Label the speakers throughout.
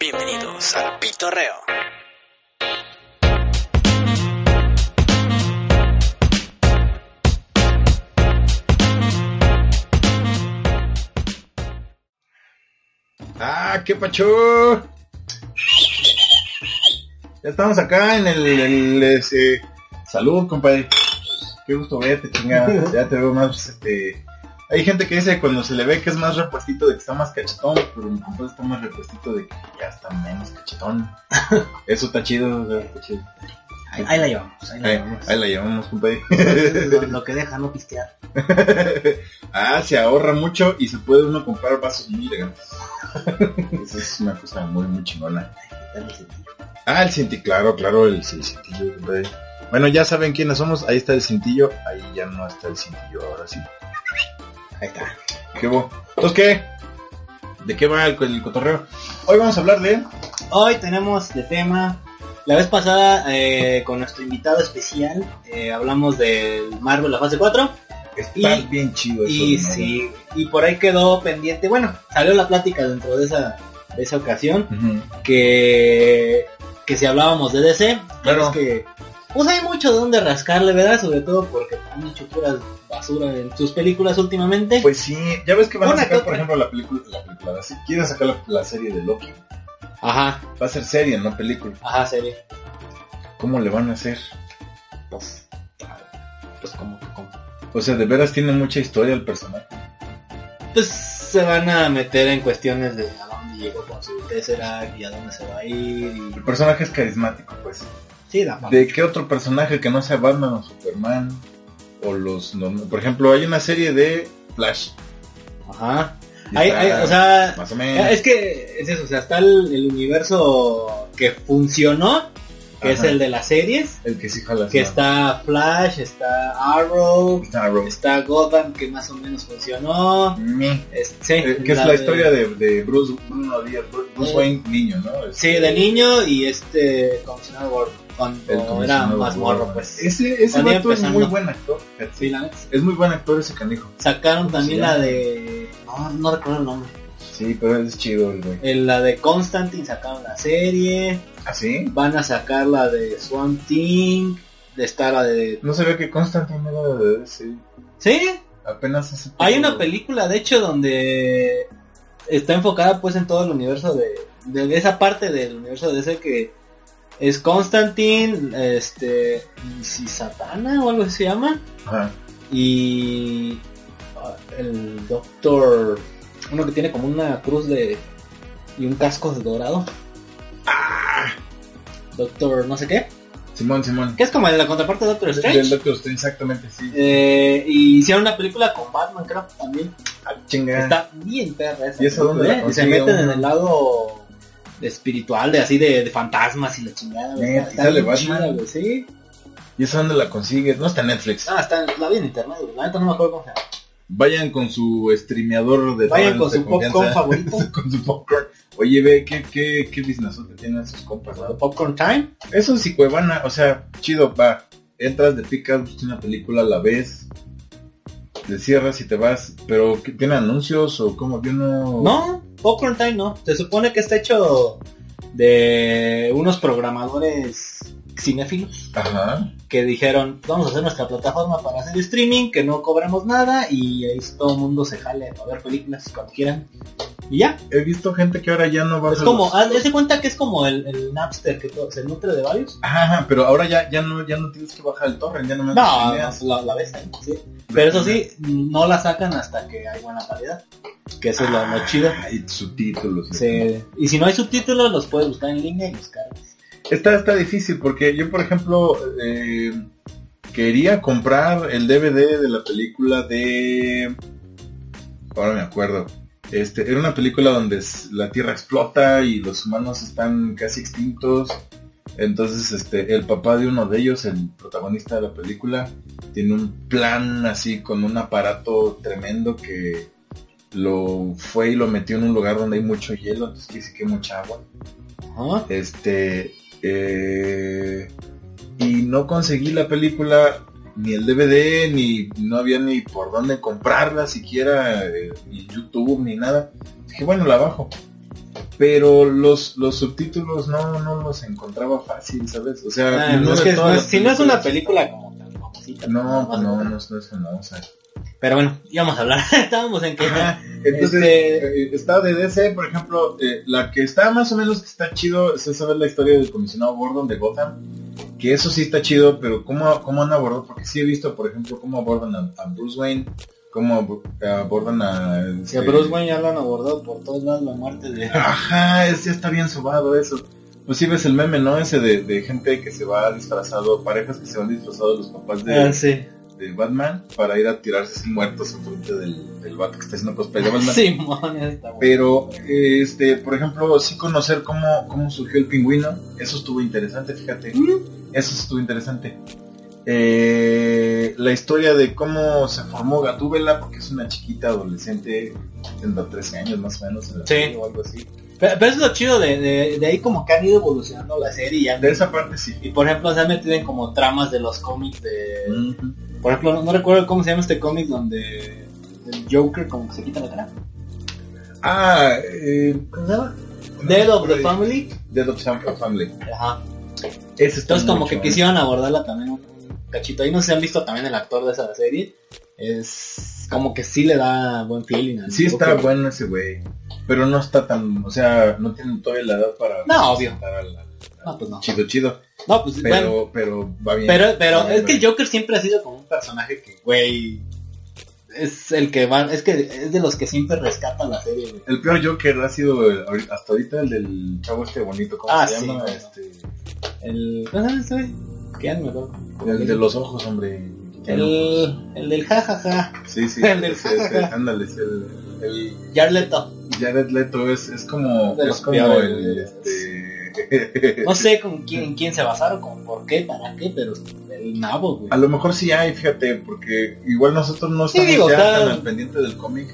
Speaker 1: Bienvenidos al Pitorreo.
Speaker 2: Ah, qué pacho. Ya estamos acá en el, el, ese- salud, compadre. Qué gusto verte, chingada. Ya te veo más este hay gente que dice cuando se le ve que es más repuestito de que está más cachetón, pero mi compadre está más repuestito de que ya está menos cachetón. Eso está chido, o sea, está chido.
Speaker 3: Ahí, ahí la llevamos, ahí la
Speaker 2: Ahí,
Speaker 3: llevamos.
Speaker 2: ahí la llevamos, compadre.
Speaker 3: Lo, lo que deja no pistear.
Speaker 2: ah, se ahorra mucho y se puede uno comprar vasos muy elegantes. Esa es una cosa muy, muy chingona.
Speaker 3: Dale sentido.
Speaker 2: Ah, el cintillo, claro, claro, el, el cintillo, güey. Bueno, ya saben quiénes somos, ahí está el cintillo, ahí ya no está el cintillo, ahora sí.
Speaker 3: Ahí está.
Speaker 2: ¿Qué hubo? Entonces, ¿qué? ¿De qué va el, el cotorreo? Hoy vamos a hablar de...
Speaker 3: Hoy tenemos de tema. La vez pasada, eh, con nuestro invitado especial, eh, hablamos del Marvel la fase 4.
Speaker 2: Está
Speaker 3: Y-
Speaker 2: bien chido eso.
Speaker 3: Y
Speaker 2: de Marvel.
Speaker 3: Pues sí, y por ahí quedó pendiente. Bueno, salió la plática dentro de esa, de esa ocasión.
Speaker 2: Ujú.
Speaker 3: Que, que si hablábamos de DC,
Speaker 2: Claro.
Speaker 3: es que. Pues hay mucho de donde rascarle, ¿verdad? Sobre todo porque han hecho puras basura en sus películas últimamente.
Speaker 2: Pues sí, ya ves que van
Speaker 3: Una
Speaker 2: a sacar,
Speaker 3: que
Speaker 2: por
Speaker 3: otra.
Speaker 2: ejemplo, la película, la película, la se- quieren sacar la, la serie de Loki.
Speaker 3: Ajá,
Speaker 2: Va a ser serie, no película.
Speaker 3: ajá, serie.
Speaker 2: ¿Cómo le van a hacer?
Speaker 3: pues, pues como que como-
Speaker 2: O sea, de veras tiene mucha historia el personaje.
Speaker 3: Pues se van a meter en cuestiones de a dónde llegó con su Tesseract y a dónde se va a ir. y-
Speaker 2: El personaje es carismático, pues.
Speaker 3: Sí, la papa.
Speaker 2: ¿De qué otro personaje que no sea Batman o Superman? O los... norm- Por ejemplo, hay una serie de Flash.
Speaker 3: Ajá.
Speaker 2: Y
Speaker 3: Hay-
Speaker 2: está
Speaker 3: hay- o sea,
Speaker 2: Más o menos.
Speaker 3: es que es eso, o sea, está el, el universo que funcionó, que es
Speaker 2: Ajá.
Speaker 3: el de las series,
Speaker 2: El que sí jala.
Speaker 3: que
Speaker 2: ¿no?
Speaker 3: está Flash, está Arrow,
Speaker 2: Está Arrow.
Speaker 3: está Gotham, que más o menos funcionó.
Speaker 2: Me.
Speaker 3: es- sí,
Speaker 2: Eh, que es la
Speaker 3: de-
Speaker 2: historia de, de Bruce, Bruno Díaz, Bruce Bruce
Speaker 3: Eh.
Speaker 2: Wayne niño, ¿no? Es-
Speaker 3: Sí, de niño y este comisionado Gordon, cuando
Speaker 2: el
Speaker 3: era
Speaker 2: comisionado
Speaker 3: más
Speaker 2: Gordon.
Speaker 3: morro, pues.
Speaker 2: Ese, ese
Speaker 3: También
Speaker 2: vato es
Speaker 3: empezando.
Speaker 2: muy buen actor. fíjate.
Speaker 3: Sí, la neta.
Speaker 2: Es muy buen actor ese canijo.
Speaker 3: Sacaron también
Speaker 2: Sí.
Speaker 3: la de. No, no recuerdo el nombre.
Speaker 2: Sí, pero es chido el güey.
Speaker 3: Eh, La de Constantine sacaron la serie.
Speaker 2: ¿Ah, sí?
Speaker 3: Van a sacar la de Swamp Thing. De esta la de.
Speaker 2: No sabía que Constantine era de ese.
Speaker 3: Sí,
Speaker 2: Apenas hace
Speaker 3: hay
Speaker 2: poco-
Speaker 3: una película de hecho donde está enfocada pues en todo el universo de. de de esa parte del universo de ese que es Constantine, este. Si Satana o algo así se llama.
Speaker 2: Ajá.
Speaker 3: y ah, el doctor uno que tiene como una cruz de y un casco de dorado
Speaker 2: Ah.
Speaker 3: doctor no sé qué
Speaker 2: Simón, Simón.
Speaker 3: que es como la contraparte de Doctor
Speaker 2: Del
Speaker 3: Strange
Speaker 2: Doctor Strange, exactamente, sí.
Speaker 3: Eh, y hicieron una película con Batman creo también
Speaker 2: Ah, chinga.
Speaker 3: está bien perra esa
Speaker 2: ¿Y esa dónde
Speaker 3: película,
Speaker 2: la
Speaker 3: ¿eh? Y se
Speaker 2: consigue
Speaker 3: meten en
Speaker 2: uno?
Speaker 3: el lado espiritual de así de, de fantasmas y la chingada güey.
Speaker 2: Neta, sale
Speaker 3: bien
Speaker 2: Batman.
Speaker 3: chida, güey, sí
Speaker 2: ¿Y esa dónde la consigues? No está en Netflix.
Speaker 3: ah está la vi en internet güey. la neta no me acuerdo cómo se llama
Speaker 2: Vayan con su streameador de
Speaker 3: vayan con
Speaker 2: torrents de
Speaker 3: su popcorn
Speaker 2: confianza.
Speaker 3: favorito
Speaker 2: con su popcorn. Oye, ve, qué, qué, qué biznazote tienen sus compas. ¿no?
Speaker 3: popcorn time
Speaker 2: Eso es Cuevana, o sea, chido, va. Entras, de picas, buscas una película, la ves, te cierras y te vas. Pero, ¿qué, ¿tiene anuncios o cómo? Yo no...
Speaker 3: No, Popcorn Time no. Se supone que está hecho de unos programadores cinéfilos
Speaker 2: Ajá.
Speaker 3: que dijeron, vamos a hacer nuestra plataforma para hacer streaming, que no cobramos nada y ahí todo el mundo se jale a ver películas cuando quieran. Y ya,
Speaker 2: He visto gente que ahora ya no va
Speaker 3: es
Speaker 2: a...
Speaker 3: como,
Speaker 2: los-
Speaker 3: haz haz de cuenta que es como el, el Napster que to- se nutre de varios.
Speaker 2: Ajá, ajá, pero ahora ya, ya, no, ya no tienes que bajar el torrent, ya no me
Speaker 3: No, no, la, la ves ahí, sí. Pero eso sí, no la sacan hasta que hay buena calidad. Que eso es lo, lo chido.
Speaker 2: Y subtítulos. y demás.
Speaker 3: Se- y si no hay subtítulos, los puedes buscar en línea y buscar.
Speaker 2: Está, está difícil porque yo, por ejemplo, eh, quería comprar el DVD de la película de... Ahora me acuerdo. Este, era una película donde s- la Tierra explota y los humanos están casi extintos. Entonces, este, el papá de uno de ellos, el protagonista de la película, tiene un plan así con un aparato tremendo que lo fue y lo metió en un lugar donde hay mucho hielo, entonces quiere decir que hay mucha agua. Ah,
Speaker 3: Ajá.
Speaker 2: Este. eh, y no conseguí la película, ni el DVD, ni no había ni por dónde comprarla siquiera, eh, ni en YouTube, ni nada. Dije, bueno, la bajo. pero los, los subtítulos no, no los encontraba fácil, ¿sabes? O sea,
Speaker 3: Ah,
Speaker 2: ninguno
Speaker 3: es
Speaker 2: de
Speaker 3: que
Speaker 2: todas
Speaker 3: no es-
Speaker 2: las
Speaker 3: si no es una
Speaker 2: películas-
Speaker 3: película como tan famosita.
Speaker 2: No, pues
Speaker 3: más
Speaker 2: no,
Speaker 3: o
Speaker 2: no,
Speaker 3: menos.
Speaker 2: es- no es famosa.
Speaker 3: Pero bueno, íbamos a hablar. Estábamos en que.
Speaker 2: Ajá, Entonces,
Speaker 3: Este-
Speaker 2: eh, está de DC, por ejemplo, eh, la que está más o menos que está chido es saber la historia del comisionado Gordon de Gotham, que eso sí está chido, pero cómo, cómo han abordado, porque sí he visto, por ejemplo, cómo abordan a, a Bruce Wayne, cómo ab- abordan a...
Speaker 3: Que
Speaker 2: este,
Speaker 3: Bruce Wayne ya lo han abordado por todos lados la muerte de.
Speaker 2: Ajá, es- ya está bien sobado eso. Pues sí ves el meme, ¿no? Ese de, de gente que se va disfrazado, parejas que se van disfrazados los papás de,
Speaker 3: Ah, sí.
Speaker 2: de Batman para ir a tirarse así muertos enfrente del, del vato que está haciendo cosplay de Batman.
Speaker 3: Simón, está bueno.
Speaker 2: Pero, este, por ejemplo, sí conocer cómo, cómo surgió el pingüino, eso estuvo interesante, fíjate. Eso estuvo interesante. Eh, la historia de cómo se formó Gatúbela, porque es una chiquita adolescente, tendrá 13 años más o menos, en la
Speaker 3: Sí.
Speaker 2: serie o algo así.
Speaker 3: Pero, pero es lo chido de, de, de ahí como que han ido evolucionando la serie y, han-
Speaker 2: De esa parte sí.
Speaker 3: y por ejemplo se han metido en como tramas de los cómics de...
Speaker 2: Mm.
Speaker 3: Por ejemplo, no, no recuerdo cómo se llama este cómic donde el Joker como que se quita la cara.
Speaker 2: Ah, eh, ¿cómo se llama?
Speaker 3: Dead of the Family.
Speaker 2: Dead of the Family.
Speaker 3: Ajá.
Speaker 2: Ese está
Speaker 3: Entonces como
Speaker 2: muy
Speaker 3: que
Speaker 2: chingón.
Speaker 3: quisieron abordarla también un, un cachito. Ahí no sé si han visto también el actor de esa serie. Es como que sí le da buen feeling. al
Speaker 2: Sí está
Speaker 3: Joker.
Speaker 2: bueno ese güey, pero no está tan, o sea, no tiene todavía la edad para...
Speaker 3: No, obvio.
Speaker 2: presentar a la-
Speaker 3: No, pues no.
Speaker 2: Chido, chido.
Speaker 3: No, pues
Speaker 2: pero,
Speaker 3: bueno.
Speaker 2: pero va bien.
Speaker 3: Pero, pero
Speaker 2: Va bien,
Speaker 3: es que
Speaker 2: va
Speaker 3: el Joker siempre ha sido como un personaje que, güey, es el que va, es que es de los que siempre rescatan la serie, güey.
Speaker 2: bien. El peor Joker ha sido el- ahorita- hasta ahorita el del chavo este bonito, ¿cómo
Speaker 3: Ah,
Speaker 2: se
Speaker 3: sí,
Speaker 2: llama?
Speaker 3: bueno.
Speaker 2: Este,
Speaker 3: El, ¿cómo se llama este güey? Que ya no me acuerdo.
Speaker 2: el de los ojos, hombre.
Speaker 3: el, el del jajaja,
Speaker 2: Sí, sí.
Speaker 3: el del-
Speaker 2: ese, ese, ándale, es el, el
Speaker 3: Jared Leto.
Speaker 2: Jared Leto es, es como,
Speaker 3: De
Speaker 2: es
Speaker 3: los
Speaker 2: como
Speaker 3: peores,
Speaker 2: el,
Speaker 3: güey.
Speaker 2: este...
Speaker 3: No sé con quién, en quién se basaron, con por qué, para qué, pero el nabo, güey.
Speaker 2: A lo mejor sí hay, fíjate, porque igual nosotros no
Speaker 3: Sí,
Speaker 2: estamos
Speaker 3: digo,
Speaker 2: ya
Speaker 3: cada-
Speaker 2: tan al pendiente del cómic,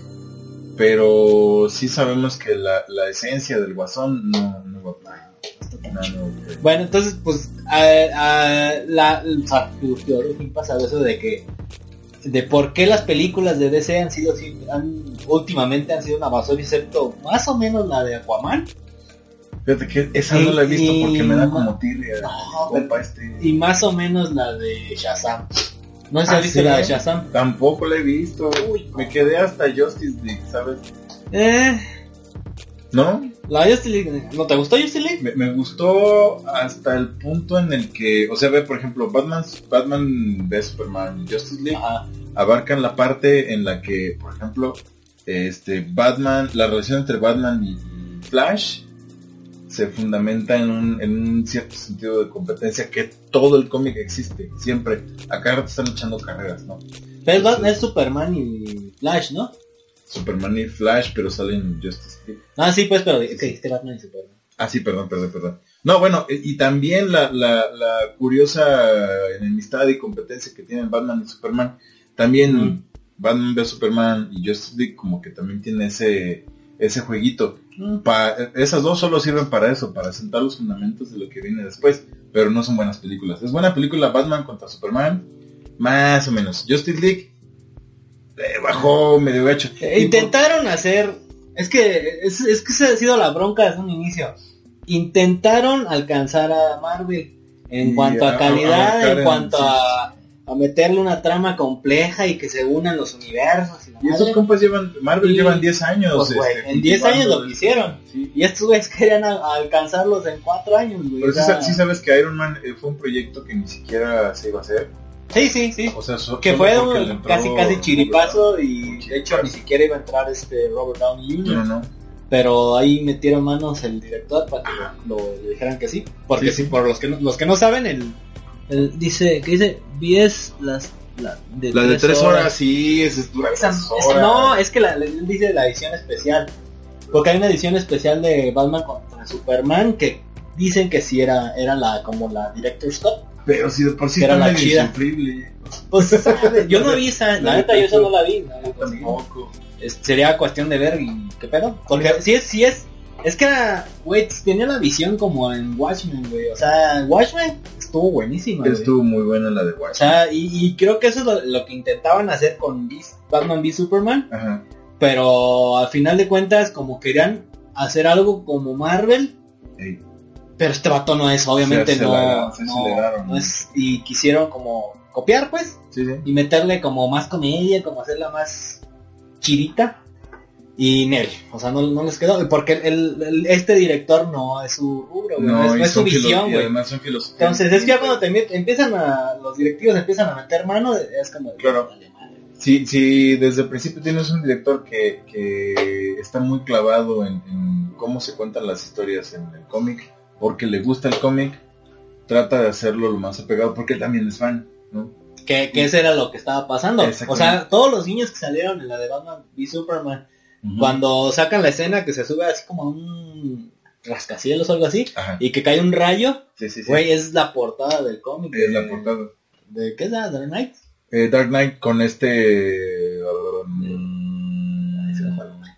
Speaker 2: pero sí sabemos que la, la esencia del guasón no, no va a no, no va a-
Speaker 3: Bueno, entonces, pues, a, a, la, o sea, tu teoría sin pasar eso de que, de por qué las películas de DC han sido, así, han, últimamente han sido una basura, excepto más o menos la de Aquaman.
Speaker 2: Fíjate que esa no la he visto porque me da como tirria.
Speaker 3: No,
Speaker 2: Compa este.
Speaker 3: y más o menos la de Shazam. No sé si
Speaker 2: Ah,
Speaker 3: has visto
Speaker 2: ¿sí?
Speaker 3: la de Shazam.
Speaker 2: Tampoco la he visto.
Speaker 3: Uy,
Speaker 2: Me quedé hasta Justice League, ¿sabes?
Speaker 3: Eh,
Speaker 2: ¿No?
Speaker 3: la de Justice League, eh, ¿no te gustó Justice League?
Speaker 2: Me, me gustó hasta el punto en el que, o sea, ve por ejemplo, Batman, Batman de Superman y Justice League
Speaker 3: Ajá.
Speaker 2: abarcan la parte en la que, por ejemplo, este Batman, la relación entre Batman y y Flash se fundamenta en un, en un cierto sentido de competencia que todo el cómic existe, siempre. Acá te están echando carreras, ¿no?
Speaker 3: Pero es Batman, es Superman y Flash, ¿no?
Speaker 2: Superman y Flash, pero salen en Justice League.
Speaker 3: Ah, sí, pues, pero, ok, es que Batman y Superman.
Speaker 2: Ah, sí, perdón, perdón, perdón. No, bueno, y y también la, la- la curiosa enemistad y competencia que tienen Batman y Superman. También
Speaker 3: Ujú.
Speaker 2: Batman ve Superman y Justice League como que también tiene ese, ese jueguito.
Speaker 3: Mm.
Speaker 2: Pa- esas dos solo sirven para eso, para sentar los fundamentos de lo que viene después. Pero no son buenas películas. Es buena película Batman contra Superman, más o menos. Justice League eh, bajó medio gacho.
Speaker 3: Eh,
Speaker 2: Y por-
Speaker 3: Intentaron hacer, es que es, es que esa ha sido la bronca desde un inicio. Intentaron alcanzar a Marvel en
Speaker 2: Y
Speaker 3: cuanto
Speaker 2: a-
Speaker 3: a
Speaker 2: a-
Speaker 3: calidad,
Speaker 2: abarcar
Speaker 3: en
Speaker 2: en-
Speaker 3: cuanto
Speaker 2: sí,
Speaker 3: a, a meterle una trama compleja y que se unan los universos. Y, la
Speaker 2: Y
Speaker 3: madre.
Speaker 2: esos compas llevan, Marvel
Speaker 3: Y-
Speaker 2: llevan 10 años.
Speaker 3: pues, güey,
Speaker 2: este,
Speaker 3: en 10 años lo
Speaker 2: cultivando-
Speaker 3: que hicieron.
Speaker 2: Sí.
Speaker 3: Y estos güeyes querían a- a alcanzarlos en 4 años, güey.
Speaker 2: Pero
Speaker 3: o
Speaker 2: sí,
Speaker 3: sea,
Speaker 2: sa- sí sabes que Iron Man eh, fue un proyecto que ni siquiera se iba a hacer.
Speaker 3: sí, sí, sí.
Speaker 2: O sea, so-
Speaker 3: Que
Speaker 2: solo
Speaker 3: fue
Speaker 2: porque
Speaker 3: un-
Speaker 2: le entró-
Speaker 3: casi casi chiripazo y
Speaker 2: Chiripazo.
Speaker 3: de hecho ni siquiera iba a entrar este Robert Downey Jr.
Speaker 2: No, no.
Speaker 3: pero ahí metieron manos el director para que lo, lo dijeran que sí. Porque
Speaker 2: Sí, sí.
Speaker 3: si por los que no, los que no saben, el, el dice, que dice 10 las la de,
Speaker 2: La de
Speaker 3: tres
Speaker 2: 3 horas, sí, esa es dura.
Speaker 3: Esa-
Speaker 2: tres
Speaker 3: esa-
Speaker 2: horas.
Speaker 3: no, es que la, él dice la edición especial. Porque hay una edición especial de Batman contra Superman que dicen que sí era, era la como la Director's Cut.
Speaker 2: Pero si de por sí
Speaker 3: Era
Speaker 2: está
Speaker 3: la
Speaker 2: medio
Speaker 3: chida.
Speaker 2: insufrible.
Speaker 3: Pues yo no vi esa, la neta yo esa no la vi. no la
Speaker 2: Yo
Speaker 3: conseguí.
Speaker 2: tampoco.
Speaker 3: Es- sería cuestión de ver y qué pedo. Porque si es, si es, es que era, güey, pues, tenía la visión como en Watchmen, güey. O sea, Watchmen estuvo buenísima. güey.
Speaker 2: Estuvo muy buena la de
Speaker 3: O
Speaker 2: Watch.
Speaker 3: sea, y, y creo que eso es lo, lo que intentaban hacer con Beast- Batman v Superman.
Speaker 2: Ajá.
Speaker 3: Pero al final de cuentas, como querían hacer algo como Marvel,
Speaker 2: Ey,
Speaker 3: pero este vato no es, obviamente
Speaker 2: Se
Speaker 3: no,
Speaker 2: aceleraron, se
Speaker 3: no,
Speaker 2: aceleraron.
Speaker 3: no es, y quisieron como copiar pues,
Speaker 2: sí, sí.
Speaker 3: y meterle como más comedia, como hacerla más chidita, y Nel, o sea, no, no les quedó, porque el- el- este director no es su rubro, güey, no, es,
Speaker 2: y
Speaker 3: no es su
Speaker 2: son filo-
Speaker 3: visión,
Speaker 2: y
Speaker 3: güey.
Speaker 2: además son filosofías.
Speaker 3: Entonces es que ya cuando te met- empiezan a, los directivos empiezan a meter mano, es como... de-
Speaker 2: Claro.
Speaker 3: Dale, madre.
Speaker 2: Si, si desde el principio tienes un director que, que está muy clavado en, en cómo se cuentan las historias en el cómic, porque le gusta el cómic, trata de hacerlo lo más apegado, porque él también es fan, ¿no?
Speaker 3: Que, que eso era lo que estaba pasando. O
Speaker 2: Exactamente.
Speaker 3: sea, todos los niños que salieron en la de Batman v Superman,
Speaker 2: Ujú.
Speaker 3: cuando sacan la escena que se sube así como a un rascacielos o algo así,
Speaker 2: Ajá.
Speaker 3: y que cae un rayo,
Speaker 2: Sí, sí, sí.
Speaker 3: güey, eh, es la portada del cómic.
Speaker 2: Es la
Speaker 3: de-
Speaker 2: portada.
Speaker 3: ¿De qué es la? ¿De Night?
Speaker 2: Eh, Dark Knight con este... um,
Speaker 3: Ahí se me fue el nombre.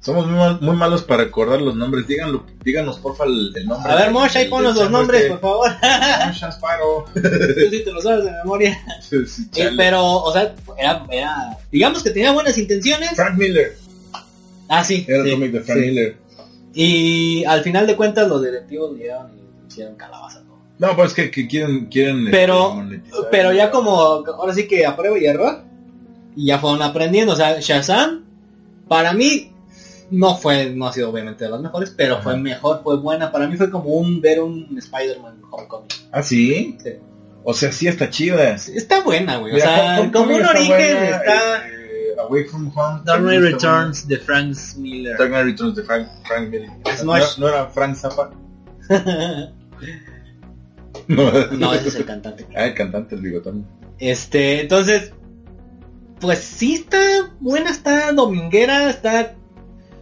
Speaker 2: Somos muy, mal- muy malos para recordar los nombres. Díganlo, díganos porfa el, el nombre.
Speaker 3: A ver, Mosh, ahí
Speaker 2: El-
Speaker 3: ponos
Speaker 2: el
Speaker 3: los
Speaker 2: chavo
Speaker 3: nombres,
Speaker 2: este.
Speaker 3: por favor.
Speaker 2: Mosh Asparo.
Speaker 3: Tú sí te los sabes de memoria.
Speaker 2: Sí, sí,
Speaker 3: Sí,
Speaker 2: chale.
Speaker 3: pero, o sea, era, era- digamos que tenía buenas intenciones.
Speaker 2: Frank Miller.
Speaker 3: Ah, sí.
Speaker 2: Era el
Speaker 3: sí,
Speaker 2: cómic de Frank
Speaker 3: sí.
Speaker 2: Miller.
Speaker 3: Y al final de cuentas los directivos llegaron y hicieron calabaza. ¿no?
Speaker 2: No, pues que, que quieren, quieren
Speaker 3: Pero-
Speaker 2: este, monetizar.
Speaker 3: Pero ya como, ahora sí que a prueba y error, y ya fueron aprendiendo. O sea, Shazam, para mí, no fue, no ha sido obviamente de las mejores, pero
Speaker 2: Ajá.
Speaker 3: fue mejor, fue buena. Para mí fue como un ver un Spider-Man Homecoming.
Speaker 2: ¿Ah, sí?
Speaker 3: Sí.
Speaker 2: O sea, sí está chida.
Speaker 3: Sí, Está buena, güey. O
Speaker 2: Mira,
Speaker 3: sea,
Speaker 2: Home-
Speaker 3: como
Speaker 2: Homecoming
Speaker 3: un
Speaker 2: está
Speaker 3: origen
Speaker 2: buena,
Speaker 3: está...
Speaker 2: este, Away from Home.
Speaker 3: Dark Knight
Speaker 2: también está
Speaker 3: Returns de Frank Miller.
Speaker 2: buena. Dark Knight Returns de Frank, Frank Miller.
Speaker 3: Es
Speaker 2: No,
Speaker 3: Mosh.
Speaker 2: no era Frank Zappa. No,
Speaker 3: no, ese es el cantante.
Speaker 2: Ah, el cantante, el bigotón.
Speaker 3: Este, entonces, pues sí está buena, está dominguera, está...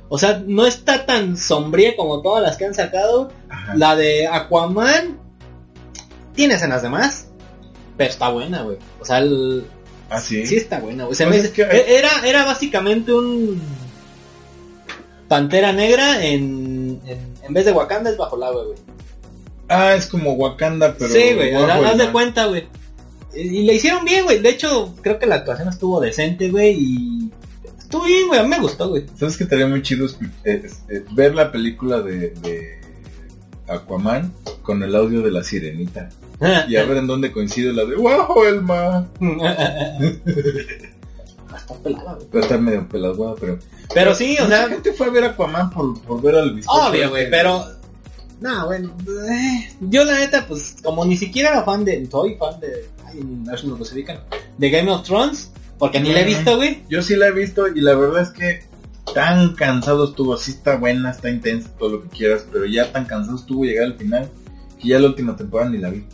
Speaker 3: O sea, no está tan sombría como todas las que han sacado.
Speaker 2: Ajá.
Speaker 3: La de Aquaman tiene escenas de más, pero está buena, güey. O sea, el-
Speaker 2: Ah, sí.
Speaker 3: sí está buena, güey. Se
Speaker 2: Pues
Speaker 3: me-
Speaker 2: es que-
Speaker 3: e- era, era básicamente un... Pantera negra en, en, en vez de Wakanda es bajo el agua, güey.
Speaker 2: Ah, es como Wakanda, pero.
Speaker 3: sí, güey,
Speaker 2: Warhol,
Speaker 3: haz haz de
Speaker 2: ¿no?
Speaker 3: cuenta, güey. Y y le hicieron bien, güey. De hecho, creo que la actuación estuvo decente, güey. Y estuvo bien, güey. A mí me gustó, güey.
Speaker 2: ¿Sabes que estaría muy chido es- es- es ver la película de, de Aquaman con el audio de la sirenita? Y a ver en dónde coincide la de ¡Wow, Elma!
Speaker 3: Está pelada, güey.
Speaker 2: Va a estar medio pelaguada, pero.
Speaker 3: Pero sí, o
Speaker 2: Mucha
Speaker 3: sea,
Speaker 2: gente fue a ver Aquaman por, por ver al bizcocho
Speaker 3: obvio,
Speaker 2: este.
Speaker 3: güey. Pero, no, bueno. eh, yo, la neta, pues, como ni siquiera era fan de. Soy fan de. Ay, no sé lo clasifican. De Game of Thrones. Porque ni la he
Speaker 2: Ujú.
Speaker 3: visto, güey.
Speaker 2: Yo sí la he visto y la verdad es que tan cansado estuvo. Sí, está buena, está intensa, todo lo que quieras, pero ya tan cansado estuvo llegar al final que ya la última temporada ni la vi.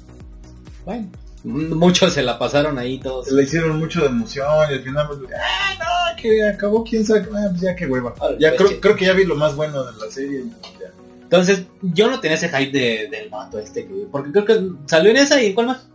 Speaker 3: Bueno. m- Muchos se la pasaron ahí todos.
Speaker 2: Le hicieron mucho de emoción y al final pues, ah, no, que acabó quién sabe, ah, pues ya qué hueva.
Speaker 3: Ahora,
Speaker 2: Ya
Speaker 3: pues, sí.
Speaker 2: creo, creo que ya vi lo más bueno de la serie. ya.
Speaker 3: Entonces, yo no tenía ese hype de- del vato este, que- porque creo que salió en esa y en cuál más.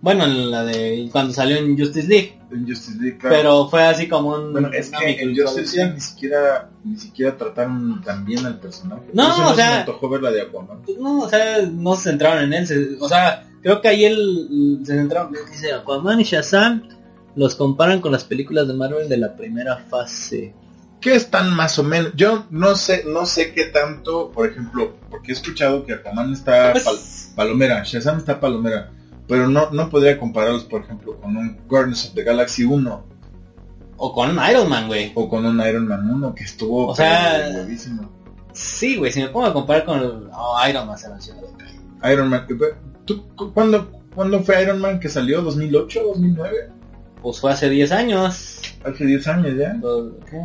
Speaker 3: Bueno, en la de cuando salió en Justice League,
Speaker 2: En Justice League, claro.
Speaker 3: pero fue así como un...
Speaker 2: bueno, es
Speaker 3: una
Speaker 2: que en Justice League
Speaker 3: microintroducción.
Speaker 2: ni siquiera ni siquiera trataron tan bien al personaje.
Speaker 3: No,
Speaker 2: Por eso
Speaker 3: o sea-
Speaker 2: se me antojó ver la de Aquaman.
Speaker 3: Pues No, o sea, no se centraron en él, se- o sea, creo que ahí él mm, se centraron, dice Aquaman y Shazam los comparan con las películas de Marvel de la primera fase.
Speaker 2: que están más o menos? Yo no sé, no sé qué tanto, por ejemplo, porque he escuchado que Aquaman está pal-
Speaker 3: Pues,
Speaker 2: palomera, Shazam está palomera, pero no, no podría compararlos, por ejemplo, con un Guardians of the Galaxy 1
Speaker 3: o con Iron Man, güey.
Speaker 2: o con un Iron Man 1 que estuvo
Speaker 3: O sea-
Speaker 2: pero, huevísimo.
Speaker 3: Sí, güey, si me pongo a comparar con el- oh, Iron Man, se me hace la verga.
Speaker 2: Iron Man. eh, ¿Tú, cu- ¿cuándo, ¿Cuándo fue Iron Man que salió? ¿2008? ¿2009?
Speaker 3: pues fue hace 10 años.
Speaker 2: Hace 10 años ya.
Speaker 3: Do- ¿qué?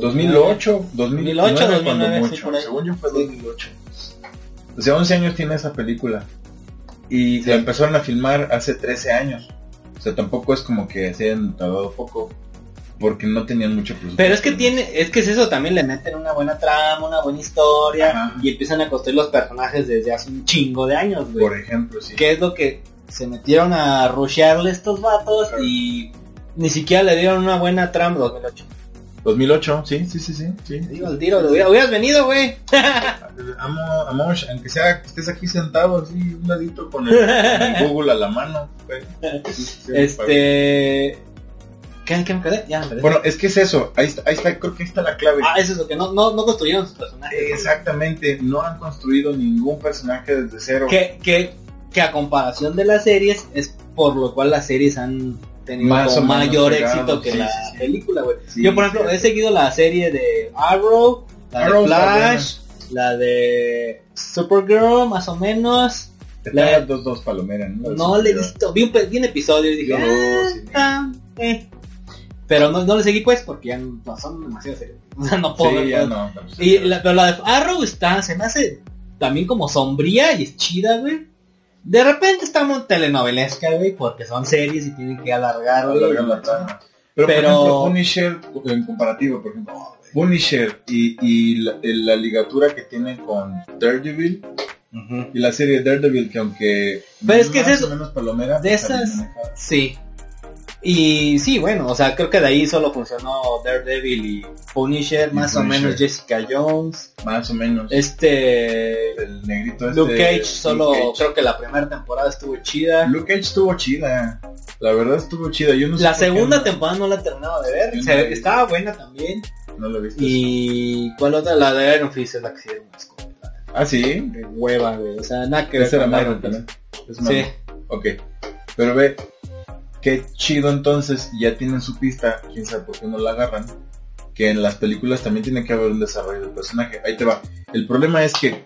Speaker 2: 2008, 2009,
Speaker 3: 2008,
Speaker 2: cuando
Speaker 3: 2009, sí, por
Speaker 2: mucho.
Speaker 3: ahí.
Speaker 2: Según yo fue 2008. O sea, 11 años tiene esa película. Y
Speaker 3: Sí.
Speaker 2: la empezaron a filmar hace 13 años. O sea, tampoco es como que se hayan tardado poco. Porque no tenían mucho presupuesto.
Speaker 3: Pero es que tiene, es que es eso, también le meten una buena trama, una buena historia
Speaker 2: Ajá.
Speaker 3: y empiezan a construir los personajes desde hace un chingo de años, güey.
Speaker 2: Por ejemplo, sí.
Speaker 3: Que es lo que se metieron a rushearle estos vatos y ni siquiera le dieron una buena trama 2008.
Speaker 2: 2008, sí, sí, sí, sí. sí.
Speaker 3: Te digo el tiro, de, hubiera- hubieras venido, güey.
Speaker 2: Amo a Mosh, aunque sea que estés aquí sentado así, un ladito Pues, con el, con el Google a la mano. güey. Sí, sí, sí,
Speaker 3: Este ¿Qué, qué me quedé? Ya me perdí.
Speaker 2: Bueno, es que es eso. Ahí está, ahí está, creo que ahí está la clave.
Speaker 3: ah, eso es lo que no, no, no construyeron sus personajes.
Speaker 2: Exactamente, no han construido ningún personaje desde cero.
Speaker 3: que, que, que a comparación de las series es por lo cual las series han tenido
Speaker 2: Más
Speaker 3: como
Speaker 2: o menos
Speaker 3: mayor
Speaker 2: pegados,
Speaker 3: éxito que
Speaker 2: sí,
Speaker 3: la
Speaker 2: sí, sí.
Speaker 3: película, güey.
Speaker 2: Sí,
Speaker 3: Yo, por ejemplo,
Speaker 2: sí.
Speaker 3: he seguido la serie de Arrow, la
Speaker 2: Arrow
Speaker 3: de
Speaker 2: está
Speaker 3: Flash, la de Supergirl, más o menos.
Speaker 2: Te
Speaker 3: la-
Speaker 2: pagan dos, dos palomeras, ¿no?
Speaker 3: No le he visto, vi un, pe- vi un episodio y dije,
Speaker 2: Yo no,
Speaker 3: "Ah,
Speaker 2: sí,
Speaker 3: ah, eh". Pero no, no le seguí pues porque ya no, son demasiado serios. O sea, no puedo ver
Speaker 2: Sí, ya
Speaker 3: todo.
Speaker 2: no. no, sí,
Speaker 3: Y
Speaker 2: pero-
Speaker 3: la, pero la de Arrow está, se me hace también como sombría y es chida, güey. De repente está muy telenovelesca, güey, porque son series y tienen que alargar, güey.
Speaker 2: alargar la trama. Pero,
Speaker 3: Pero-
Speaker 2: por ejemplo, Punisher, en comparativo, por ejemplo, Punisher y, y la, la ligatura que tienen con Daredevil
Speaker 3: Ujú.
Speaker 2: y la serie Daredevil, que aunque
Speaker 3: Pero es que
Speaker 2: más
Speaker 3: es eso.
Speaker 2: o menos palomera,
Speaker 3: De
Speaker 2: está bien
Speaker 3: esas-
Speaker 2: manejada.
Speaker 3: Sí. Y sí, bueno, o sea, creo que de ahí solo funcionó Daredevil y Punisher,
Speaker 2: Y
Speaker 3: más
Speaker 2: Punisher.
Speaker 3: o menos Jessica Jones,
Speaker 2: más o menos.
Speaker 3: este...
Speaker 2: el negrito este,
Speaker 3: Eh, Luke Cage, solo
Speaker 2: Luke Cage.
Speaker 3: creo que la primera temporada estuvo chida.
Speaker 2: Luke Cage estuvo chida. La verdad estuvo chida. Yo no sé
Speaker 3: La
Speaker 2: por qué
Speaker 3: segunda
Speaker 2: no-
Speaker 3: temporada no la terminaba de ver,
Speaker 2: Yo no
Speaker 3: se-
Speaker 2: la vi.
Speaker 3: estaba buena también.
Speaker 2: No lo viste.
Speaker 3: Y cuál otra, la de Iron Fist es la que hicieron más como
Speaker 2: Ah, sí.
Speaker 3: de hueva, güey. O sea, nada que ver.
Speaker 2: Esa era
Speaker 3: con
Speaker 2: Marvel pues.
Speaker 3: Iron Fist.
Speaker 2: también. Es Marvel.
Speaker 3: Sí.
Speaker 2: Ok. Pero ve, qué chido entonces, ya tienen su pista, quién sabe por qué no la agarran, que en las películas también tiene que haber un desarrollo del personaje. Ahí te va. El problema es que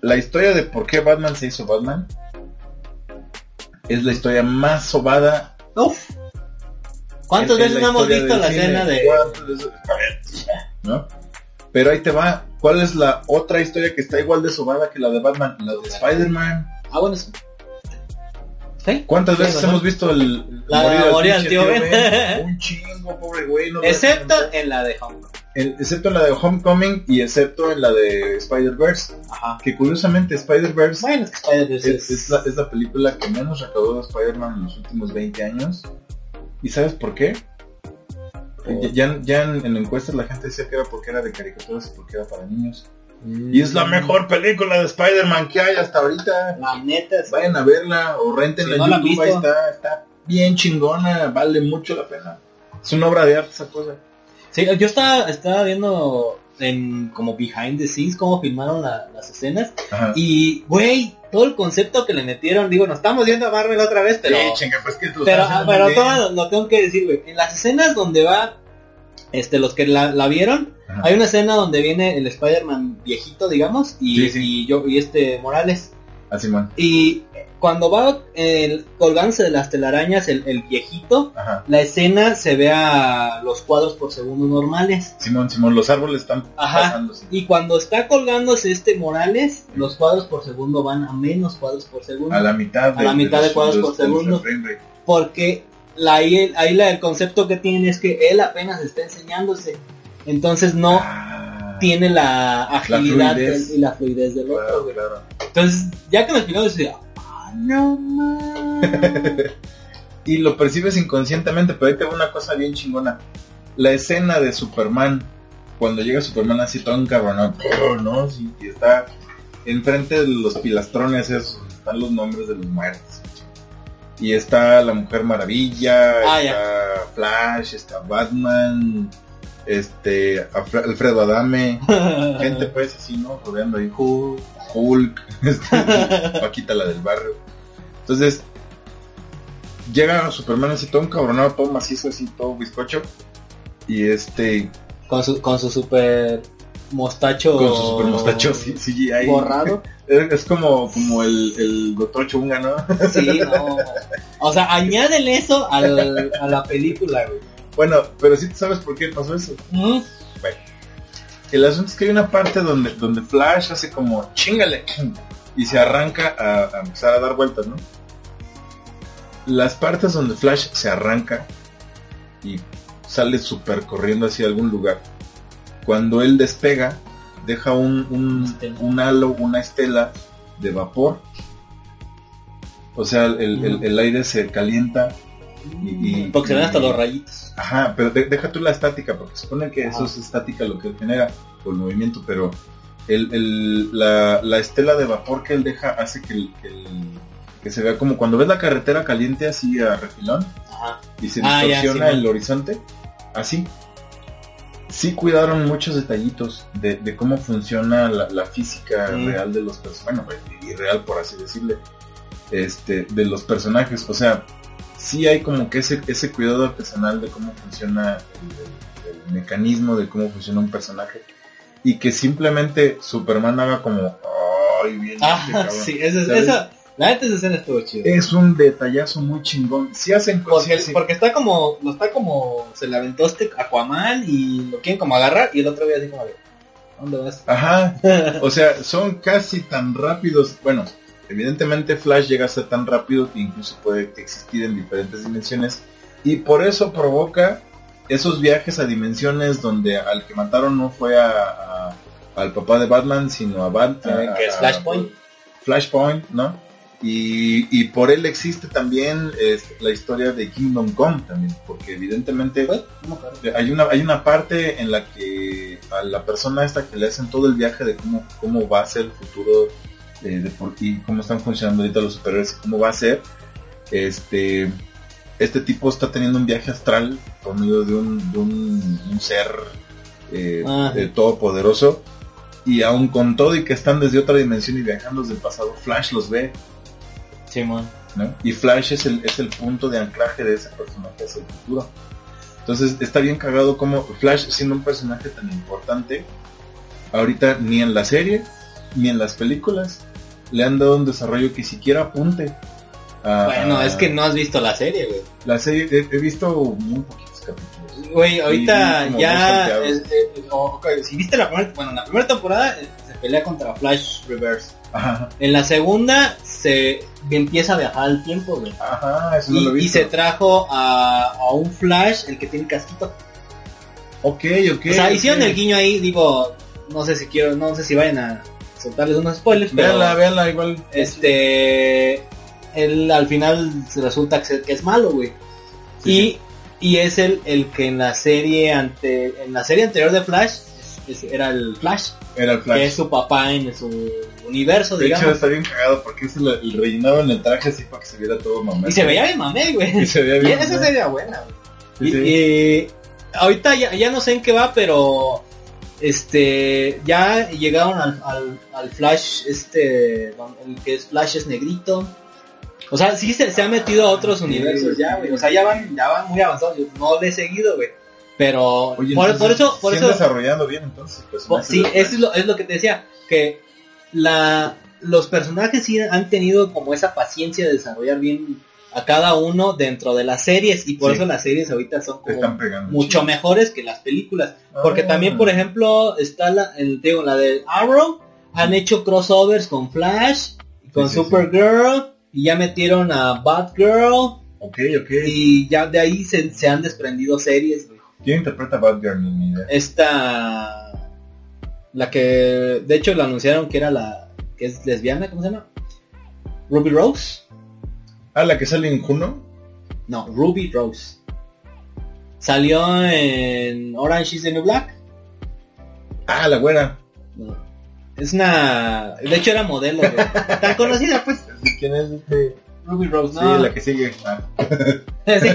Speaker 2: la historia de por qué Batman se hizo Batman es la historia más sobada.
Speaker 3: Uf. ¿Cuántas
Speaker 2: en- en
Speaker 3: veces
Speaker 2: la
Speaker 3: no hemos
Speaker 2: historia
Speaker 3: visto
Speaker 2: del
Speaker 3: la
Speaker 2: cine?
Speaker 3: escena de...
Speaker 2: ¿Cuántas veces? ¿No? Pero ahí te va. ¿Cuál es la otra historia que está igual de sobada que la de Batman? La de Spider-Man.
Speaker 3: Ah, bueno, sí. ¿Sí?
Speaker 2: ¿Cuántas
Speaker 3: Sí,
Speaker 2: veces
Speaker 3: ¿verdad?
Speaker 2: hemos visto el
Speaker 3: La memoria del
Speaker 2: pinche
Speaker 3: tío Ben?
Speaker 2: Un chingo, pobre güey. no
Speaker 3: Excepto
Speaker 2: veas-
Speaker 3: en la de Hong Kong.
Speaker 2: en- excepto en la de Homecoming y excepto en la de Spider-Verse.
Speaker 3: Ajá.
Speaker 2: Que curiosamente Spider-Verse
Speaker 3: Bueno, es que Spider-Man
Speaker 2: es,
Speaker 3: es-
Speaker 2: es la, es la película que menos recaudó de Spider-Man en los últimos 20 años. ¿Y sabes por qué?
Speaker 3: Por-
Speaker 2: Ya, ya en, en encuestas la gente decía que era porque era de caricaturas y porque era para niños.
Speaker 3: Mm.
Speaker 2: Y es la mejor película de Spider-Man que hay hasta ahorita.
Speaker 3: La neta es...
Speaker 2: Vayan a verla o rentenla
Speaker 3: Si no
Speaker 2: en
Speaker 3: la han
Speaker 2: YouTube, ahí
Speaker 3: visto.
Speaker 2: está, está bien chingona, vale mucho la pena. Es una obra de arte esa cosa.
Speaker 3: Sí, yo estaba, estaba viendo en como behind the scenes cómo filmaron la- las escenas.
Speaker 2: Ajá.
Speaker 3: Y, güey, todo el concepto que le metieron. Digo, nos estamos viendo a Marvel otra vez, pero...
Speaker 2: Sí, chinga, pues que esto lo
Speaker 3: Pero,
Speaker 2: están
Speaker 3: ah,
Speaker 2: haciendo
Speaker 3: pero
Speaker 2: muy bien.
Speaker 3: todo lo tengo que decir, güey. En las escenas donde va, este, los que la, la vieron,
Speaker 2: Ajá.
Speaker 3: hay una escena donde viene el Spider-Man viejito, digamos, y,
Speaker 2: Sí, sí.
Speaker 3: y yo, y este Morales.
Speaker 2: Ah, Simón.
Speaker 3: Y cuando va el colgándose de las telarañas el, el viejito,
Speaker 2: Ajá.
Speaker 3: la escena se ve a los cuadros por segundo normales.
Speaker 2: Simón, Simón, los árboles están
Speaker 3: Ajá.
Speaker 2: pasando. sí.
Speaker 3: Y cuando está colgándose este Morales, los cuadros por segundo van a menos cuadros por segundo.
Speaker 2: A la mitad
Speaker 3: A la mitad de cuadros por
Speaker 2: del
Speaker 3: segundo.
Speaker 2: frame rate.
Speaker 3: porque la, ahí, ahí la- el concepto que tiene es que él apenas está enseñándose, entonces no
Speaker 2: Ah,
Speaker 3: tiene la agilidad
Speaker 2: fluidez.
Speaker 3: del- y la fluidez del otro.
Speaker 2: claro,
Speaker 3: güey.
Speaker 2: claro.
Speaker 3: Entonces, ya que me explicó, decía, ah, no mames.
Speaker 2: Y lo percibes inconscientemente, pero ahí te va una cosa bien chingona. La escena de Superman, cuando llega Superman así todo encabronado, ¡brr! ¿no? Sí, y está enfrente de los pilastrones, esos, donde están los nombres de los muertos. Y está la Mujer Maravilla,
Speaker 3: Ah, ya.
Speaker 2: está Flash, está Batman, este, Alfre- Alfredo Adame, gente pues así, ¿no? Rodeando ahí. Hulk, este, Paquita la del barrio. Entonces, llega Superman así todo encabronado, todo macizo, así todo bizcocho. Y este,
Speaker 3: con, su, con su super mostacho.
Speaker 2: con su super mostacho sí, CGI.
Speaker 3: Borrado.
Speaker 2: Es, es como, como el, el doctor Chunga, ¿no?
Speaker 3: Sí, no. O sea, añádele eso al- a la película, güey.
Speaker 2: Bueno, pero sí sabes por qué pasó eso.
Speaker 3: Mm.
Speaker 2: El asunto es que hay una parte donde, donde Flash hace como chingale y se arranca a, a empezar a dar vueltas, ¿no? Las partes donde Flash se arranca y sale super corriendo hacia algún lugar. Cuando él despega, deja un, un-
Speaker 3: Estela.
Speaker 2: un halo, una estela de vapor. O sea, el, el-
Speaker 3: Ujú.
Speaker 2: el aire se calienta. Y- y-
Speaker 3: Porque se ven hasta
Speaker 2: y-
Speaker 3: los rayitos.
Speaker 2: Ajá, pero de- deja tú la estática, porque supone que eso
Speaker 3: Ajá.
Speaker 2: es estática lo que él genera, o el movimiento, pero el, el- la, la estela de vapor que él deja hace que, el- que el- que se vea como cuando ves la carretera caliente así a refilón,
Speaker 3: Ajá.
Speaker 2: y se
Speaker 3: Ah, ya,
Speaker 2: distorsiona
Speaker 3: sí,
Speaker 2: el
Speaker 3: no.
Speaker 2: horizonte. Así. Sí cuidaron muchos detallitos de, de cómo funciona la, la física
Speaker 3: Sí.
Speaker 2: real de los personajes, bueno, irreal por así decirle, este, de los personajes. O sea, sí hay como que ese, ese cuidado artesanal de cómo funciona el, el- el mecanismo, de cómo funciona un personaje. Y que simplemente Superman haga como, ay, bien,
Speaker 3: Ah,
Speaker 2: este cabrón".
Speaker 3: sí, esa,
Speaker 2: ¿Sabes?
Speaker 3: esa, la neta esa escena estuvo chida.
Speaker 2: Es un detallazo muy chingón. Si hacen
Speaker 3: Porque,
Speaker 2: cosas...
Speaker 3: porque está como, lo está como, se le aventó este Aquaman y lo quieren como agarrar y el otro día así como de, ¿dónde vas?
Speaker 2: Ajá, o sea, son casi tan rápidos. Bueno, evidentemente Flash llega a ser tan rápido que incluso puede existir en diferentes dimensiones. Y por eso provoca esos viajes a dimensiones donde al que mataron no fue a- a- al papá de Batman, sino a Batman.
Speaker 3: Ah, que es Flashpoint.
Speaker 2: Flashpoint, ¿no? Y, y por él existe también este, la historia de Kingdom Come también, porque evidentemente
Speaker 3: Pues, no me acuerdo.
Speaker 2: hay una, hay una parte en la que a la persona esta que le hacen todo el viaje de cómo, cómo va a ser el futuro eh, de por, y cómo están funcionando ahorita los superiores, cómo va a ser, este, este tipo está teniendo un viaje astral por medio de un, de un, un ser eh,
Speaker 3: Ajá.
Speaker 2: eh, todopoderoso y aun con todo y que están desde otra dimensión y viajando desde el pasado, Flash los ve
Speaker 3: Simón.
Speaker 2: ¿no? Y Flash es el, es el punto de anclaje de ese personaje hacia el futuro. Entonces está bien cagado como Flash siendo un personaje tan importante, ahorita ni en la serie, ni en las películas, le han dado un desarrollo que siquiera apunte. a-
Speaker 3: Bueno,
Speaker 2: a-
Speaker 3: es que no has visto la serie, güey.
Speaker 2: La serie, he, he visto muy poquitos capítulos.
Speaker 3: Güey, ahorita
Speaker 2: Y como dos
Speaker 3: ya.
Speaker 2: salteados.
Speaker 3: es- es- o- ok, si viste la primera, bueno, en la primera temporada eh, se pelea contra Flash Reverse.
Speaker 2: Ajá,
Speaker 3: En la segunda se empieza a viajar al tiempo, güey.
Speaker 2: ajá, eso no lo he
Speaker 3: Y, y
Speaker 2: visto.
Speaker 3: se trajo a, a un Flash, el que tiene casquito.
Speaker 2: Ok, ok.
Speaker 3: O sea,
Speaker 2: ok.
Speaker 3: hicieron el guiño ahí, digo, no sé si quiero, no sé si vayan a soltarles unos spoilers, pero
Speaker 2: Véanla, véanla, igual.
Speaker 3: este él al final se resulta que se- que es malo, güey.
Speaker 2: Sí,
Speaker 3: y,
Speaker 2: sí.
Speaker 3: y es el, el que en la serie ante en la serie anterior de Flash es- era el Flash,
Speaker 2: Era el
Speaker 3: que
Speaker 2: Flash.
Speaker 3: es su papá en su universo,
Speaker 2: De hecho,
Speaker 3: digamos.
Speaker 2: está bien cagado porque se lo el rellenaban el traje así para que se viera todo mamá.
Speaker 3: Y se veía bien mamé, güey.
Speaker 2: Y se veía
Speaker 3: Y
Speaker 2: bien.
Speaker 3: esa
Speaker 2: mamá.
Speaker 3: sería buena, güey.
Speaker 2: Sí, sí.
Speaker 3: Y- y ahorita ya, ya no sé en qué va, pero este ya llegaron al, al, al Flash, este don- el que es Flash es negrito. O sea, sí se, se ha metido a otros
Speaker 2: Ah, sí,
Speaker 3: universos ya, güey. O sea, ya van, ya van muy avanzados. Yo no le he seguido, güey. Pero
Speaker 2: Oye,
Speaker 3: por,
Speaker 2: entonces,
Speaker 3: por eso, por
Speaker 2: sí
Speaker 3: eso,
Speaker 2: han desarrollado bien entonces. pues,
Speaker 3: por-
Speaker 2: ¿no?
Speaker 3: sí, eso es lo, es lo que te decía, que la, los personajes sí han tenido como esa paciencia de desarrollar bien a cada uno dentro de las series y por
Speaker 2: Sí.
Speaker 3: eso las series ahorita son
Speaker 2: Te
Speaker 3: como
Speaker 2: están pegando.
Speaker 3: mucho mejores que las películas.
Speaker 2: Ah.
Speaker 3: Porque también, por ejemplo, está la, el, te digo, la de Arrow, han hecho crossovers con Flash, con
Speaker 2: Sí, sí, sí.
Speaker 3: Supergirl, y ya metieron a Batgirl,
Speaker 2: Ok, ok.
Speaker 3: y ya de ahí se, se han desprendido series. güey.
Speaker 2: ¿Quién interpreta a Batgirl? Ni ni idea.
Speaker 3: Esta, la que, de hecho, la anunciaron que era la, que es lesbiana, ¿cómo se llama? Ruby Rose.
Speaker 2: Ah, la que sale en Juno.
Speaker 3: No, Ruby Rose. Salió en Orange is the New Black.
Speaker 2: Ah, la güera.
Speaker 3: No. Es una... De hecho era modelo, güey. Tan conocida, pues.
Speaker 2: ¿Quién es este?
Speaker 3: Ruby Rose,
Speaker 2: Sí,
Speaker 3: ¿no?
Speaker 2: la que sigue. Ah,
Speaker 3: sí, sí,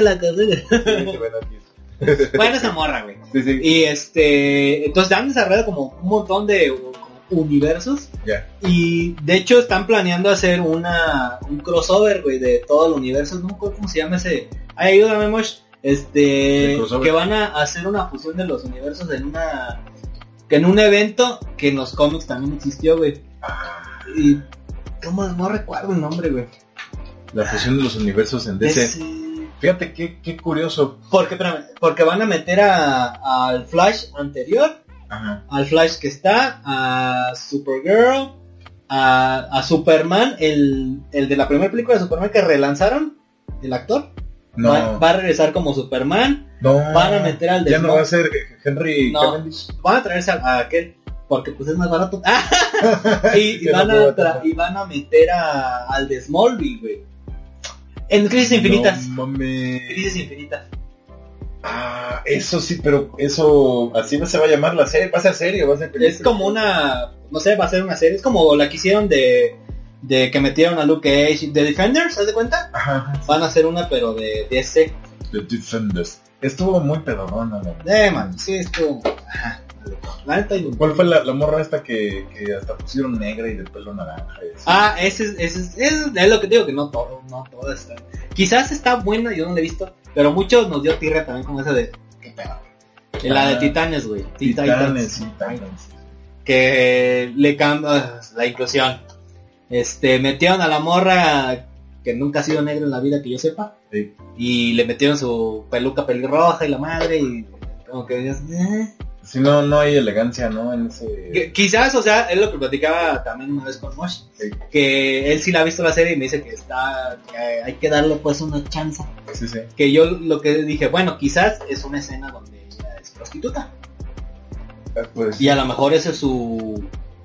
Speaker 3: la que...
Speaker 2: sí, qué buena tía.
Speaker 3: Bueno, esa morra, güey.
Speaker 2: sí, sí.
Speaker 3: Y este... Entonces han desarrollado como un montón de uh, como universos.
Speaker 2: Ya.
Speaker 3: Y de hecho están planeando hacer una... Un crossover, güey, de todo el universo. No me acuerdo cómo se llama ese... Ay, ayúdame, Mosh.
Speaker 2: El
Speaker 3: Este...
Speaker 2: crossover.
Speaker 3: Que van a hacer una fusión de los universos en una... Que en un evento que en los cómics también existió, güey.
Speaker 2: Ah,
Speaker 3: Y ¿cómo? no recuerdo el nombre, güey.
Speaker 2: la fusión de los universos en DC.
Speaker 3: Es, eh,
Speaker 2: Fíjate qué, qué curioso.
Speaker 3: Porque, espérame, porque van a meter a- al Flash anterior,
Speaker 2: Ajá.
Speaker 3: al Flash que está, a Supergirl, a, a Superman, el, el de la primera película de Superman que relanzaron, el actor,
Speaker 2: No,
Speaker 3: va, va a regresar como Superman,
Speaker 2: no.
Speaker 3: van a meter al de
Speaker 2: Ya no
Speaker 3: Smoke.
Speaker 2: va a ser Henry
Speaker 3: No.
Speaker 2: Cavendish.
Speaker 3: van a traerse a, a aquel, porque pues es más barato. y, y
Speaker 2: Ya
Speaker 3: van
Speaker 2: no puedo
Speaker 3: a tra-
Speaker 2: tanto.
Speaker 3: y van a meter a, al de Smallville, güey. En Crisis Infinitas.
Speaker 2: No mames.
Speaker 3: Crisis Infinitas.
Speaker 2: Ah, eso sí, pero eso así no se va a llamar la serie, va a ser serie, va a ser película.
Speaker 3: Es como una, no sé, va a ser una serie, es como la que hicieron de de que metieron a Luke Cage, The Defenders, ¿haz de cuenta?
Speaker 2: Ajá, ajá.
Speaker 3: Van a hacer una pero de DC.
Speaker 2: The Defenders. Estuvo muy pedorrón, la verdad.
Speaker 3: Eh, man, sí, esto. Ajá. pues, La neta, y-
Speaker 2: ¿Cuál fue la, la morra esta que, que hasta pusieron negra y de pelo naranja? y así?
Speaker 3: Ah, ese es, ese es, ese es lo que digo, que no todo, no todo está. Quizás está buena, yo no la he visto, pero muchos nos dio tierra también con esa de. ¿Qué pedo? Eh, La de
Speaker 2: Ah,
Speaker 3: Titanes, güey. Teen
Speaker 2: Titanes,
Speaker 3: Titans.
Speaker 2: Titanes.
Speaker 3: Que le cambia la inclusión. Este, metieron a la morra que nunca ha sido negra en la vida que yo sepa.
Speaker 2: Sí.
Speaker 3: Y le metieron su peluca pelirroja y la madre y como que dices, "Eh".
Speaker 2: Si no, no hay elegancia, ¿no? En ese...
Speaker 3: Que- Quizás, o sea, es lo que platicaba también una vez con Mosh.
Speaker 2: Sí.
Speaker 3: Que él sí la ha visto la serie y me dice que está, que hay que darle pues una chance.
Speaker 2: Sí, sí.
Speaker 3: Que yo lo que dije, bueno, quizás es una escena donde ella es prostituta.
Speaker 2: Ah, Pues,
Speaker 3: Y a lo mejor ese es su,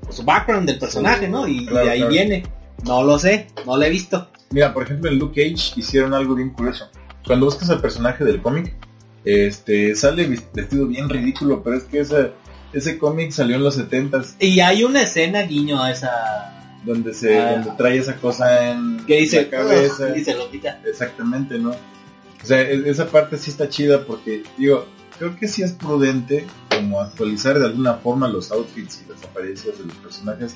Speaker 3: su background del personaje, ¿no? Y, y
Speaker 2: Claro,
Speaker 3: de ahí
Speaker 2: claro.
Speaker 3: viene. No lo sé, no lo he visto.
Speaker 2: Mira, por ejemplo, en Luke Cage hicieron algo bien curioso. Cuando buscas al personaje del cómic, este, sale vis- vestido bien ridículo, pero es que ese, ese cómic salió en los 70s,
Speaker 3: Y hay una escena guiño a esa
Speaker 2: donde se
Speaker 3: Ah.
Speaker 2: donde trae esa cosa en
Speaker 3: que dice
Speaker 2: la cabeza.
Speaker 3: "Ugh", y se lo quita.
Speaker 2: Exactamente, ¿no? O sea, e- esa parte sí está chida porque, digo, creo que sí es prudente como actualizar de alguna forma los outfits y las apariencias de los personajes,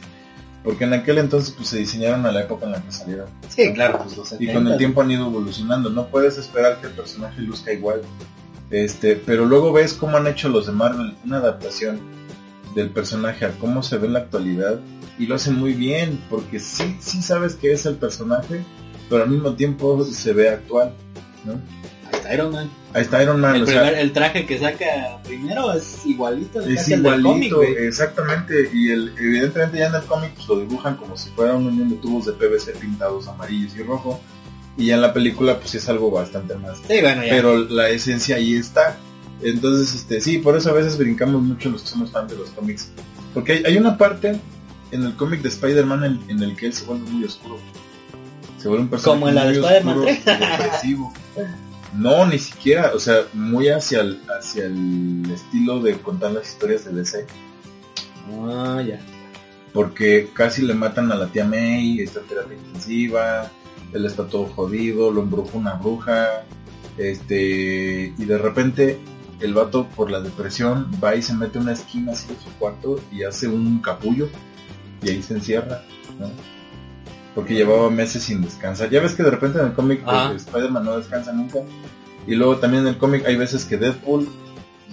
Speaker 2: porque en aquel entonces pues se diseñaron a la época en la que salieron.
Speaker 3: Sí, claro, pues los
Speaker 2: y con
Speaker 3: 70.
Speaker 2: el tiempo han ido evolucionando. No puedes esperar que el personaje luzca igual. Este, pero luego ves cómo han hecho los de Marvel una adaptación del personaje a cómo se ve en la actualidad y lo hacen muy bien porque sí, sí sabes que es el personaje, pero al mismo tiempo se ve actual. ¿no?
Speaker 3: Ahí está Iron Man.
Speaker 2: Ahí está Iron Man,
Speaker 3: el,
Speaker 2: o sea,
Speaker 3: primer- el traje que saca primero es igualito.
Speaker 2: es
Speaker 3: casi al del cómic,
Speaker 2: igualito,
Speaker 3: güey.
Speaker 2: exactamente. Y el, evidentemente ya en el cómic pues, lo dibujan como si fuera un unión de tubos de PVC pintados amarillos y rojo. Y ya en la película pues sí es algo bastante más
Speaker 3: Sí, bueno, ya.
Speaker 2: pero la esencia ahí está. Entonces, este, sí, por eso a veces brincamos mucho los que somos fan de los cómics. Porque hay, hay una parte en el cómic de Spider-Man en, en el que él se vuelve muy oscuro. Se vuelve un personaje
Speaker 3: Como en la de
Speaker 2: muy
Speaker 3: Spider-Man
Speaker 2: oscuro
Speaker 3: tres.
Speaker 2: y depresivo. No, ni siquiera, o sea, muy hacia el, hacia el estilo de contar las historias de DC.
Speaker 3: Ah, ya.
Speaker 2: Porque casi le matan a la tía May, esta terapia intensiva, él está todo jodido, lo embruja una bruja, este, y de repente el vato por la depresión va y se mete a una esquina así de su cuarto y hace un capullo y ahí se encierra, ¿no? Porque llevaba meses sin descansar. Ya ves que de repente en el cómic pues,
Speaker 3: Ajá.
Speaker 2: Spider-Man no descansa nunca. Y luego también en el cómic hay veces que Deadpool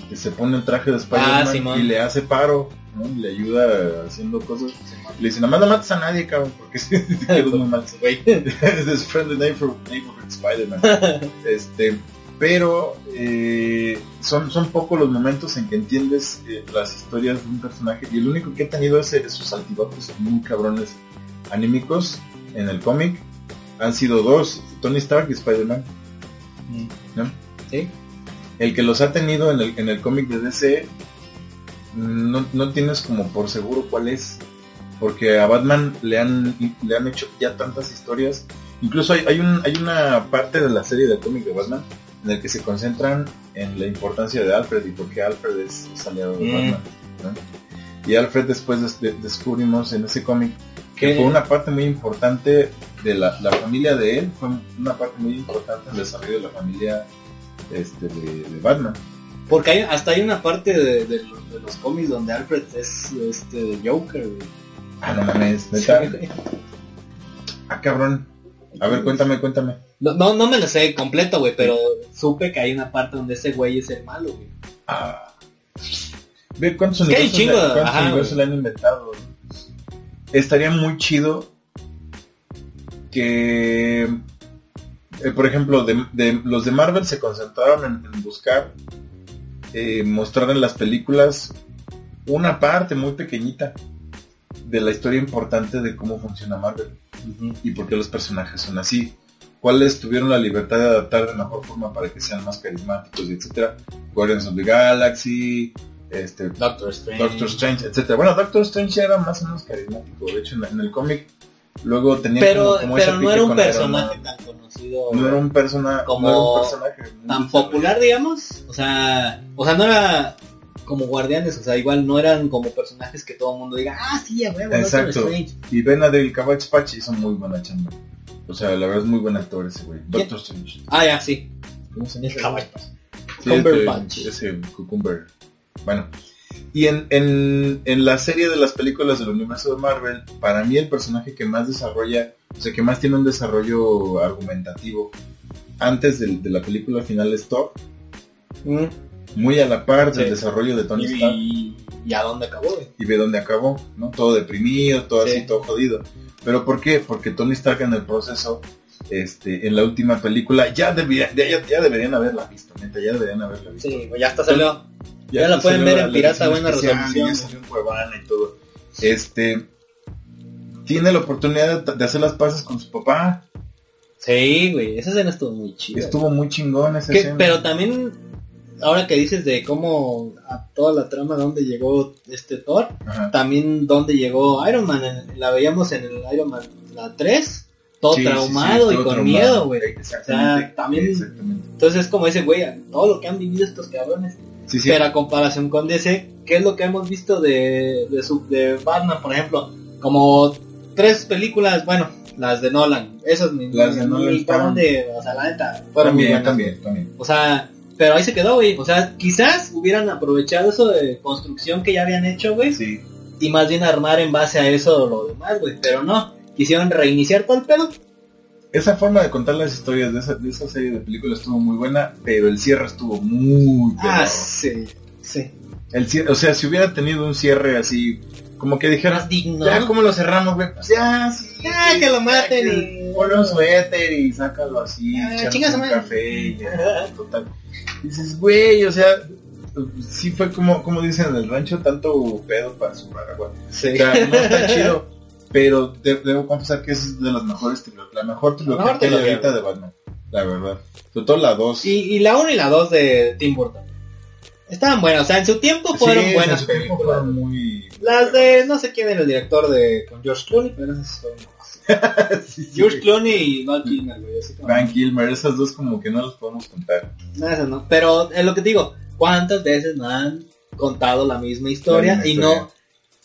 Speaker 2: que se pone el traje de Spider-Man
Speaker 3: Ah, Simón.
Speaker 2: y le hace paro, ¿no? Y le ayuda haciendo cosas. Le dice, nada más no mates a nadie, cabrón, porque si te quedas muy mal.
Speaker 3: Güey.
Speaker 2: This friendly neighbor- neighborhood Spider-Man. Este, pero eh, son, son pocos los momentos en que entiendes eh, las historias de un personaje. Y el único que ha tenido es esos altibajos muy cabrones anímicos en el cómic. Han sido dos, Tony Stark y Spider-Man.
Speaker 3: Mm.
Speaker 2: ¿no?
Speaker 3: Sí.
Speaker 2: El que los ha tenido en el, en el cómic de DC, no, no tienes como por seguro cuál es. Porque a Batman le han, le han hecho ya tantas historias. Incluso hay, hay, un- hay una parte de la serie del cómic de Batman en el que se concentran en la importancia de Alfred y por qué Alfred es, es aliado de
Speaker 3: Mm.
Speaker 2: Batman. ¿no? Y Alfred después des- de- descubrimos en ese cómic que
Speaker 3: ¿Qué?
Speaker 2: fue una parte muy importante de la, la familia de él, fue una parte muy importante del desarrollo de la familia este, de, de Batman.
Speaker 3: Porque hay, hasta hay una parte de, de los- de los cómics donde Alfred es este Joker, güey.
Speaker 2: Ah, no mames, neta.
Speaker 3: Sí, güey.
Speaker 2: Ah, cabrón. A ver, cuéntame, cuéntame.
Speaker 3: No, no, no me lo sé completo, güey, pero supe que hay una parte donde ese güey es el malo, güey.
Speaker 2: Ah. Ve cuántos
Speaker 3: Es que hay
Speaker 2: universos,
Speaker 3: chingo,
Speaker 2: le, cuántos
Speaker 3: ajá,
Speaker 2: universos
Speaker 3: güey.
Speaker 2: le han inventado. Estaría muy chido que, eh, por ejemplo, de, de- los de Marvel se concentraron en, en buscar eh, mostrar en las películas una parte muy pequeñita de la historia importante de cómo funciona Marvel y por qué los personajes son así, cuáles tuvieron la libertad de adaptar de mejor forma para que sean más carismáticos, y etcétera. Guardians of the Galaxy, este,
Speaker 3: Doctor Strange.
Speaker 2: Doctor Strange, etcétera. Bueno, Doctor Strange ya era más o menos carismático, de hecho en, en el cómic luego tenía
Speaker 3: Pero,
Speaker 2: como, como ese
Speaker 3: pero no
Speaker 2: pique
Speaker 3: era un
Speaker 2: con Iron
Speaker 3: personaje
Speaker 2: Man.
Speaker 3: tan conocido.
Speaker 2: no era un persona
Speaker 3: como
Speaker 2: no era un personaje muy
Speaker 3: tan popular, digamos. O sea, o sea, no era como guardianes, o sea, igual no eran como personajes que todo el mundo diga, ah, sí, a huevo, Doctor
Speaker 2: Exacto.
Speaker 3: Strange.
Speaker 2: Y Vena del Patch hizo muy buena chamba. O sea, la verdad es muy buen actor ese güey.
Speaker 3: ¿Quién?
Speaker 2: Doctor Strange.
Speaker 3: Ah, ya, sí. ¿Cómo se llama ese güey?
Speaker 2: Sí,
Speaker 3: Cumberbatch.
Speaker 2: este- Ese Cucumber. Bueno. Y en, en, en la serie de las películas del universo de Marvel, para mí el personaje que más desarrolla, o sea, que más tiene un desarrollo argumentativo antes del- de, la película final es Thor,
Speaker 3: Mm.
Speaker 2: muy a la par del
Speaker 3: Sí.
Speaker 2: desarrollo de Tony Stark.
Speaker 3: ¿Y, y a dónde acabó, güey?
Speaker 2: y ve dónde acabó, ¿no? Todo deprimido, todo
Speaker 3: Sí.
Speaker 2: así, todo jodido. ¿Pero por qué? Porque Tony Stark en el proceso, este, en la última película, ya, debía- ya, ya deberían haberla visto, neta, ya deberían haberla visto.
Speaker 3: Sí, güey, ya hasta salió. Ya
Speaker 2: hasta
Speaker 3: la pueden
Speaker 2: salió
Speaker 3: ver en
Speaker 2: la
Speaker 3: pirata,
Speaker 2: edición
Speaker 3: buena
Speaker 2: especial,
Speaker 3: resolución.
Speaker 2: Ya salió en Cuevana y todo. Este, tiene la oportunidad de, de hacer las paces con su papá.
Speaker 3: Sí, güey, esa escena estuvo muy chida.
Speaker 2: Estuvo muy chingón esa
Speaker 3: Que-
Speaker 2: escena.
Speaker 3: pero también, ahora que dices de cómo a toda la trama donde llegó este Thor,
Speaker 2: Ajá.
Speaker 3: también donde llegó Iron Man, en- la veíamos en el Iron Man la 3, todo
Speaker 2: Sí, sí, sí,
Speaker 3: traumado y
Speaker 2: todo
Speaker 3: con
Speaker 2: traumado.
Speaker 3: miedo, güey.
Speaker 2: Exactamente.
Speaker 3: O sea, también-
Speaker 2: exactamente.
Speaker 3: Entonces es como ese güey, todo lo que han vivido estos cabrones.
Speaker 2: Sí, sí.
Speaker 3: Pero a comparación con DC, ¿qué es lo que hemos visto de, de, su- de Batman, por ejemplo? Como tres películas, bueno, las de Nolan, esas ni,
Speaker 2: Las de
Speaker 3: ni-
Speaker 2: Nolan
Speaker 3: ni para
Speaker 2: están-
Speaker 3: dónde, o sea, la neta, fueron muy
Speaker 2: también,
Speaker 3: buenas.
Speaker 2: también, también.
Speaker 3: O sea, pero ahí se quedó, güey. O sea, quizás hubieran aprovechado eso de construcción que ya habían hecho, güey.
Speaker 2: Sí.
Speaker 3: Y más bien armar en base a eso lo demás, güey. Pero no, quisieron reiniciar todo el pedo.
Speaker 2: Esa forma de contar las historias de esa, de esa serie de películas estuvo muy buena, pero el cierre estuvo muy
Speaker 3: Ah,
Speaker 2: pedorro.
Speaker 3: sí, sí.
Speaker 2: El cier- O sea, si hubiera tenido un cierre así, como que dijeras,
Speaker 3: Más digno.
Speaker 2: ya, ¿cómo lo cerramos, güey? Pues ya, sí.
Speaker 3: Ya, que lo maten y-
Speaker 2: Ponle un suéter y sácalo así,
Speaker 3: Ah,
Speaker 2: echarnos
Speaker 3: chinga su
Speaker 2: un
Speaker 3: madre.
Speaker 2: café y ya, total. Dices, güey, o sea, sí fue como, como dicen en el rancho, tanto pedo para su agua.
Speaker 3: Sí.
Speaker 2: O sea, no está chido, pero de- debo confesar que es de las mejores trilogías, la mejor trilogía
Speaker 3: mejor
Speaker 2: que hay
Speaker 3: trilogía.
Speaker 2: ahorita de Batman, la verdad. Sobre todo la 2.
Speaker 3: Y, y la 1 y la 2 de Tim Burton. Estaban buenas, o sea, en su tiempo fueron buenas películas.
Speaker 2: fueron muy...
Speaker 3: Las de, no sé quién era el director de, con George Clooney, pero esas fueron buenas.
Speaker 2: Sí, sí.
Speaker 3: George Clooney y Val Kilmer, güey. así como-
Speaker 2: Van Kilmer, esas dos como que no las podemos contar.
Speaker 3: No, eso no. Pero es lo que te digo, ¿cuántas veces no han contado la misma historia
Speaker 2: La misma
Speaker 3: y
Speaker 2: historia.
Speaker 3: no,